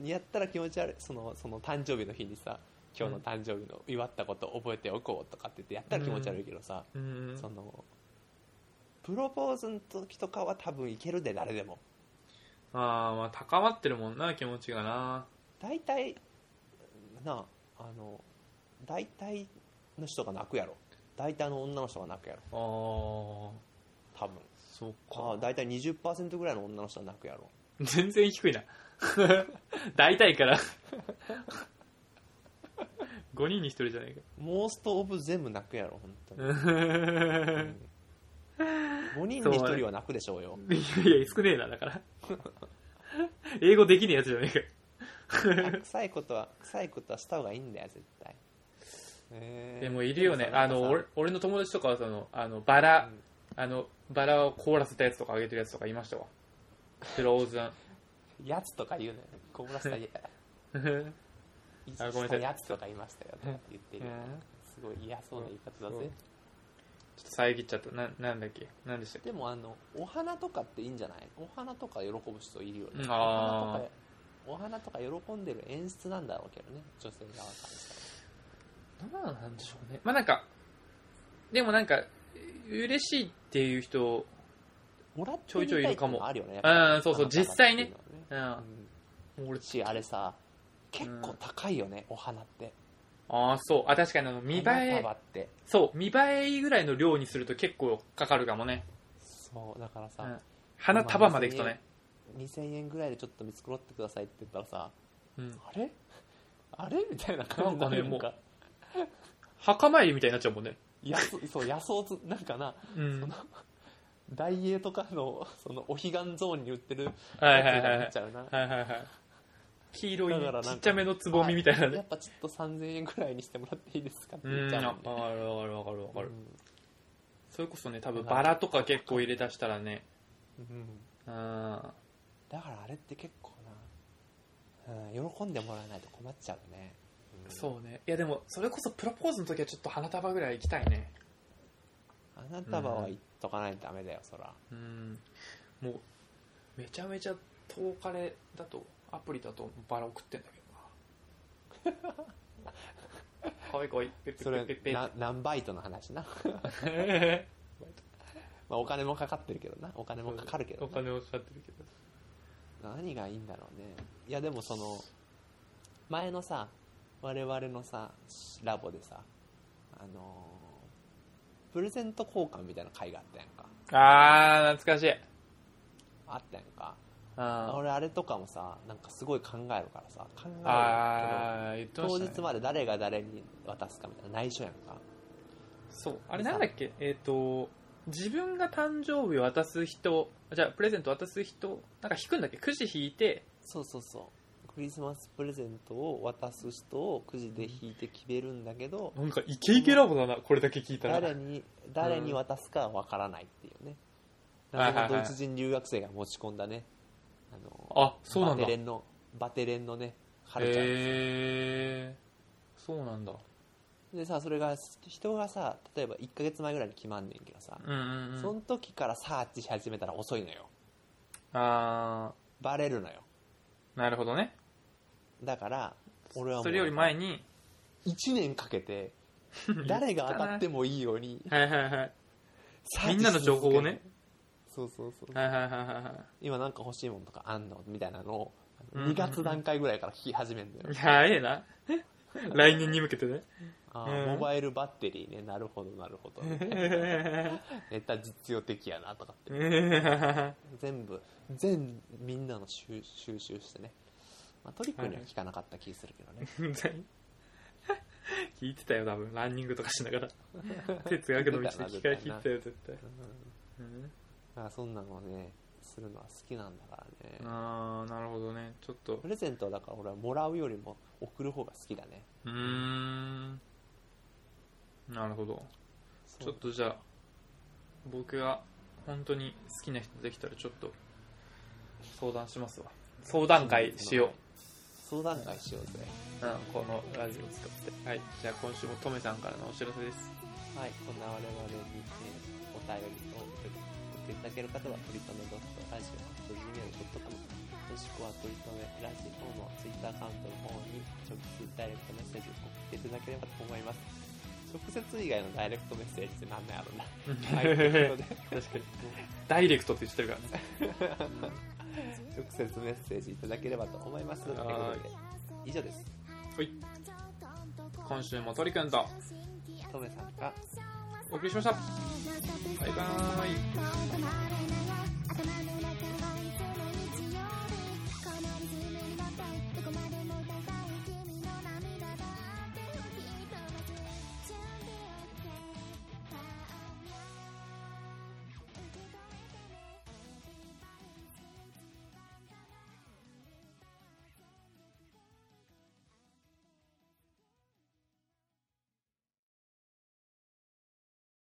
Speaker 2: にやったら気持ち悪いそのその誕生日の日にさ今日の誕生日の祝ったことを覚えておこうとかって言ってやったら気持ち悪いけどさ、
Speaker 1: うんうん
Speaker 2: そのプロポーズの時とかは多分いけるで誰でも
Speaker 1: ああまあ高まってるもんな気持ちがな
Speaker 2: 大体なああの大体の人が泣くやろ大体の女の人が泣くやろ
Speaker 1: あー
Speaker 2: 多分
Speaker 1: そっ
Speaker 2: ああ
Speaker 1: か
Speaker 2: 大体20%ぐらいの女の人が泣くやろ
Speaker 1: 全然低いな <laughs> 大体から5人に1人じゃないか <laughs>
Speaker 2: モーストオブ全部泣くやろ本当に、5人に1人は泣くでしょうよ
Speaker 1: いやいや少ねえなだから英語できねえやつじゃねえか <laughs>
Speaker 2: 臭いことは臭いことはした方がいいんだよ絶対えー
Speaker 1: でもいるよね
Speaker 2: でもさ
Speaker 1: あの
Speaker 2: なんか
Speaker 1: 俺
Speaker 2: さ
Speaker 1: 俺の友達とかはそのあのバラ、
Speaker 2: うん
Speaker 1: あのバラを凍らせたやつとかあげてるやつとかいましたわクローズン
Speaker 2: やつとか言うのよこぼら
Speaker 1: <laughs>
Speaker 2: せたい
Speaker 1: あごめんなさい
Speaker 2: やつとか言いましたよとかって言ってるよ
Speaker 1: うん
Speaker 2: すごい嫌そうな言い方だ
Speaker 1: そう
Speaker 2: ぜ
Speaker 1: ちょっと遮っちゃったななんだっけなんでしたっけ
Speaker 2: でもあのお花とかっていいんじゃないお花とか喜ぶ人いるよね
Speaker 1: うん
Speaker 2: お
Speaker 1: あ
Speaker 2: 花
Speaker 1: ー
Speaker 2: とかお花とか喜んでる演出なんだろうけどね女性側からした
Speaker 1: なんなんでしょうねまあなんかでもなんか嬉しいっていう人
Speaker 2: らもらって
Speaker 1: ちょいちょいいるかも
Speaker 2: みたっていうのあるよね
Speaker 1: うんそうそう実際ねうん
Speaker 2: う
Speaker 1: あ
Speaker 2: ん
Speaker 1: 俺
Speaker 2: しあれさ結構高いよね、お花って
Speaker 1: あそうあ確かにあの見栄
Speaker 2: 花
Speaker 1: え
Speaker 2: 束って
Speaker 1: そう見栄えいいぐらいの量にすると結構かかるかもね、
Speaker 2: そうだから
Speaker 1: う
Speaker 2: さ
Speaker 1: ん、花束までいくとね、
Speaker 2: 2000円ぐらいでちょっと見繕ってくださいって言ったらさ
Speaker 1: うん、
Speaker 2: あれあれみたいな感じになる
Speaker 1: なん
Speaker 2: の
Speaker 1: かね
Speaker 2: か
Speaker 1: 墓参りみたいになっちゃうもんね。
Speaker 2: 野草そう野草つ <laughs> なんかな
Speaker 1: うん。
Speaker 2: ダイエーとかの <laughs> そのお彼岸ゾーンに売ってるやつ
Speaker 1: はいはいは
Speaker 2: が
Speaker 1: いは
Speaker 2: なっ
Speaker 1: い
Speaker 2: ち。ゃうな
Speaker 1: はいはいはい。黄色い
Speaker 2: だからなん
Speaker 1: ち
Speaker 2: か
Speaker 1: っちゃめのつぼみみたいな
Speaker 2: や
Speaker 1: ね
Speaker 2: っ。ぱちょっと3000円くらいにしてもらっていいですかって
Speaker 1: う
Speaker 2: 言っ
Speaker 1: ん、
Speaker 2: ち
Speaker 1: わ
Speaker 2: ゃう
Speaker 1: か
Speaker 2: もん
Speaker 1: る
Speaker 2: ね
Speaker 1: わかるわかるわかる
Speaker 2: う。ん
Speaker 1: それこそね、多分バラとか結構入れ出したらね、
Speaker 2: うん
Speaker 1: うん。
Speaker 2: だからあれって結構な、うん、喜んでもらわないと困っちゃうね、うん
Speaker 1: そうね。いやでも、それこそプロポーズの時はちょっと花束ぐらい行きたいね。
Speaker 2: 花束は言っとかないとダメだよそら
Speaker 1: うん。もう、めちゃめちゃ遠かれだと、アプリだとバラ送ってんだけ <laughs> どな。かわいいかわいい。ペッペ
Speaker 2: そ
Speaker 1: ッ
Speaker 2: れ
Speaker 1: ペッペッ
Speaker 2: な何バイトの話な、 <laughs>
Speaker 1: ペ
Speaker 2: まあ、お金もかかってるけどなお金もかかるけ
Speaker 1: ッ。
Speaker 2: ど
Speaker 1: お
Speaker 2: な
Speaker 1: 金はかかってるけど。
Speaker 2: 何がいいんだろうねいやでもその前のさ我々のさラボでさあのープレゼント交換みたいな会があったやんか
Speaker 1: あー、懐かしい。
Speaker 2: あったやんか
Speaker 1: あ
Speaker 2: 俺あれとかもさなんかすごい考えるからさ考えるけど
Speaker 1: あー、言ってま
Speaker 2: 当
Speaker 1: した、ね。
Speaker 2: 日まで誰が誰に渡すかみたいな内緒やんか
Speaker 1: そう。あれなんだっけえっ、と、自分が誕生日を渡す人、じゃあプレゼント渡す人、なんか引くんだっけくじ引いて、
Speaker 2: そうそうそうクリスマスプレゼントを渡す人をくじで引いて決めるんだけど
Speaker 1: なんかイケイケラボだな、これだけ聞いたら。
Speaker 2: 誰に誰に渡すかは分からないっていうね
Speaker 1: はいはいはい
Speaker 2: 謎のドイツ人留学生が持ち込んだねあの
Speaker 1: あ、そうなんだ。
Speaker 2: バテレ
Speaker 1: へ
Speaker 2: ンのバテレンのねカルチャー
Speaker 1: えー。そうなんだ。
Speaker 2: でさそれが人がさ例えば1ヶ月前ぐらいに決まんねんけどさ、
Speaker 1: うんうんう
Speaker 2: そ
Speaker 1: ん。
Speaker 2: の時からサーチし始めたら遅いのよ
Speaker 1: あ
Speaker 2: バレるのよ
Speaker 1: ー、なるほどね。
Speaker 2: だから俺はもう
Speaker 1: それより前に、
Speaker 2: 1年かけて誰が当たってもいいように
Speaker 1: <laughs> はいはいはい。
Speaker 2: サー
Speaker 1: み
Speaker 2: チ
Speaker 1: んなの情報をね。
Speaker 2: そうそうそう
Speaker 1: はいはいはいは
Speaker 2: 今なんか欲しいものとかあんのみたいなのを
Speaker 1: うんうんうん
Speaker 2: 2月段階ぐらいから聞き始めるんだよ
Speaker 1: い。いやー、ええな。 <laughs> 来年に向け
Speaker 2: <laughs>
Speaker 1: てね。
Speaker 2: あ
Speaker 1: う
Speaker 2: ー
Speaker 1: ん
Speaker 2: モバイルバッテリーねなるほどなるほどネタ実用的やなとかって全部全みんなの収収集してね、まあ、トリックには聞かなかった気するけどね、
Speaker 1: 聞いてたよ多分ランニングとかしな <laughs> がら哲学の道で聞か聞いてたよ絶対、うん
Speaker 2: まあそんなのねするのは好きなんだからね、
Speaker 1: ああなるほどねちょっと
Speaker 2: プレゼントはだから俺はもらうよりも送る方が好きだね
Speaker 1: うーんなるほどちょっとじゃあ僕が本当に好きな人できたらちょっと相談しますわ相談会しよ
Speaker 2: 相談会しようぜ
Speaker 1: う、うん、このラジオを使ってはいじゃあ今週もトメさんからのお知らせです
Speaker 2: はいこんな我々に、えーお便りを送って送っていただける方は取り留めドットラジオドット gmail.com もしくは取り留めラジオのツイッターアカウントの方に直接ダイレクトメッセージを送っていただければと思います直接以外のダイレクトメッセージって何なんやろうなはいということで
Speaker 1: 確かに <laughs> ダイレクトって言ってるからね
Speaker 2: 直接メッセージいただければと思いますということで以上です
Speaker 1: はい今週も鳥くんと
Speaker 2: トメさんが
Speaker 1: お送りしましたバイバーイ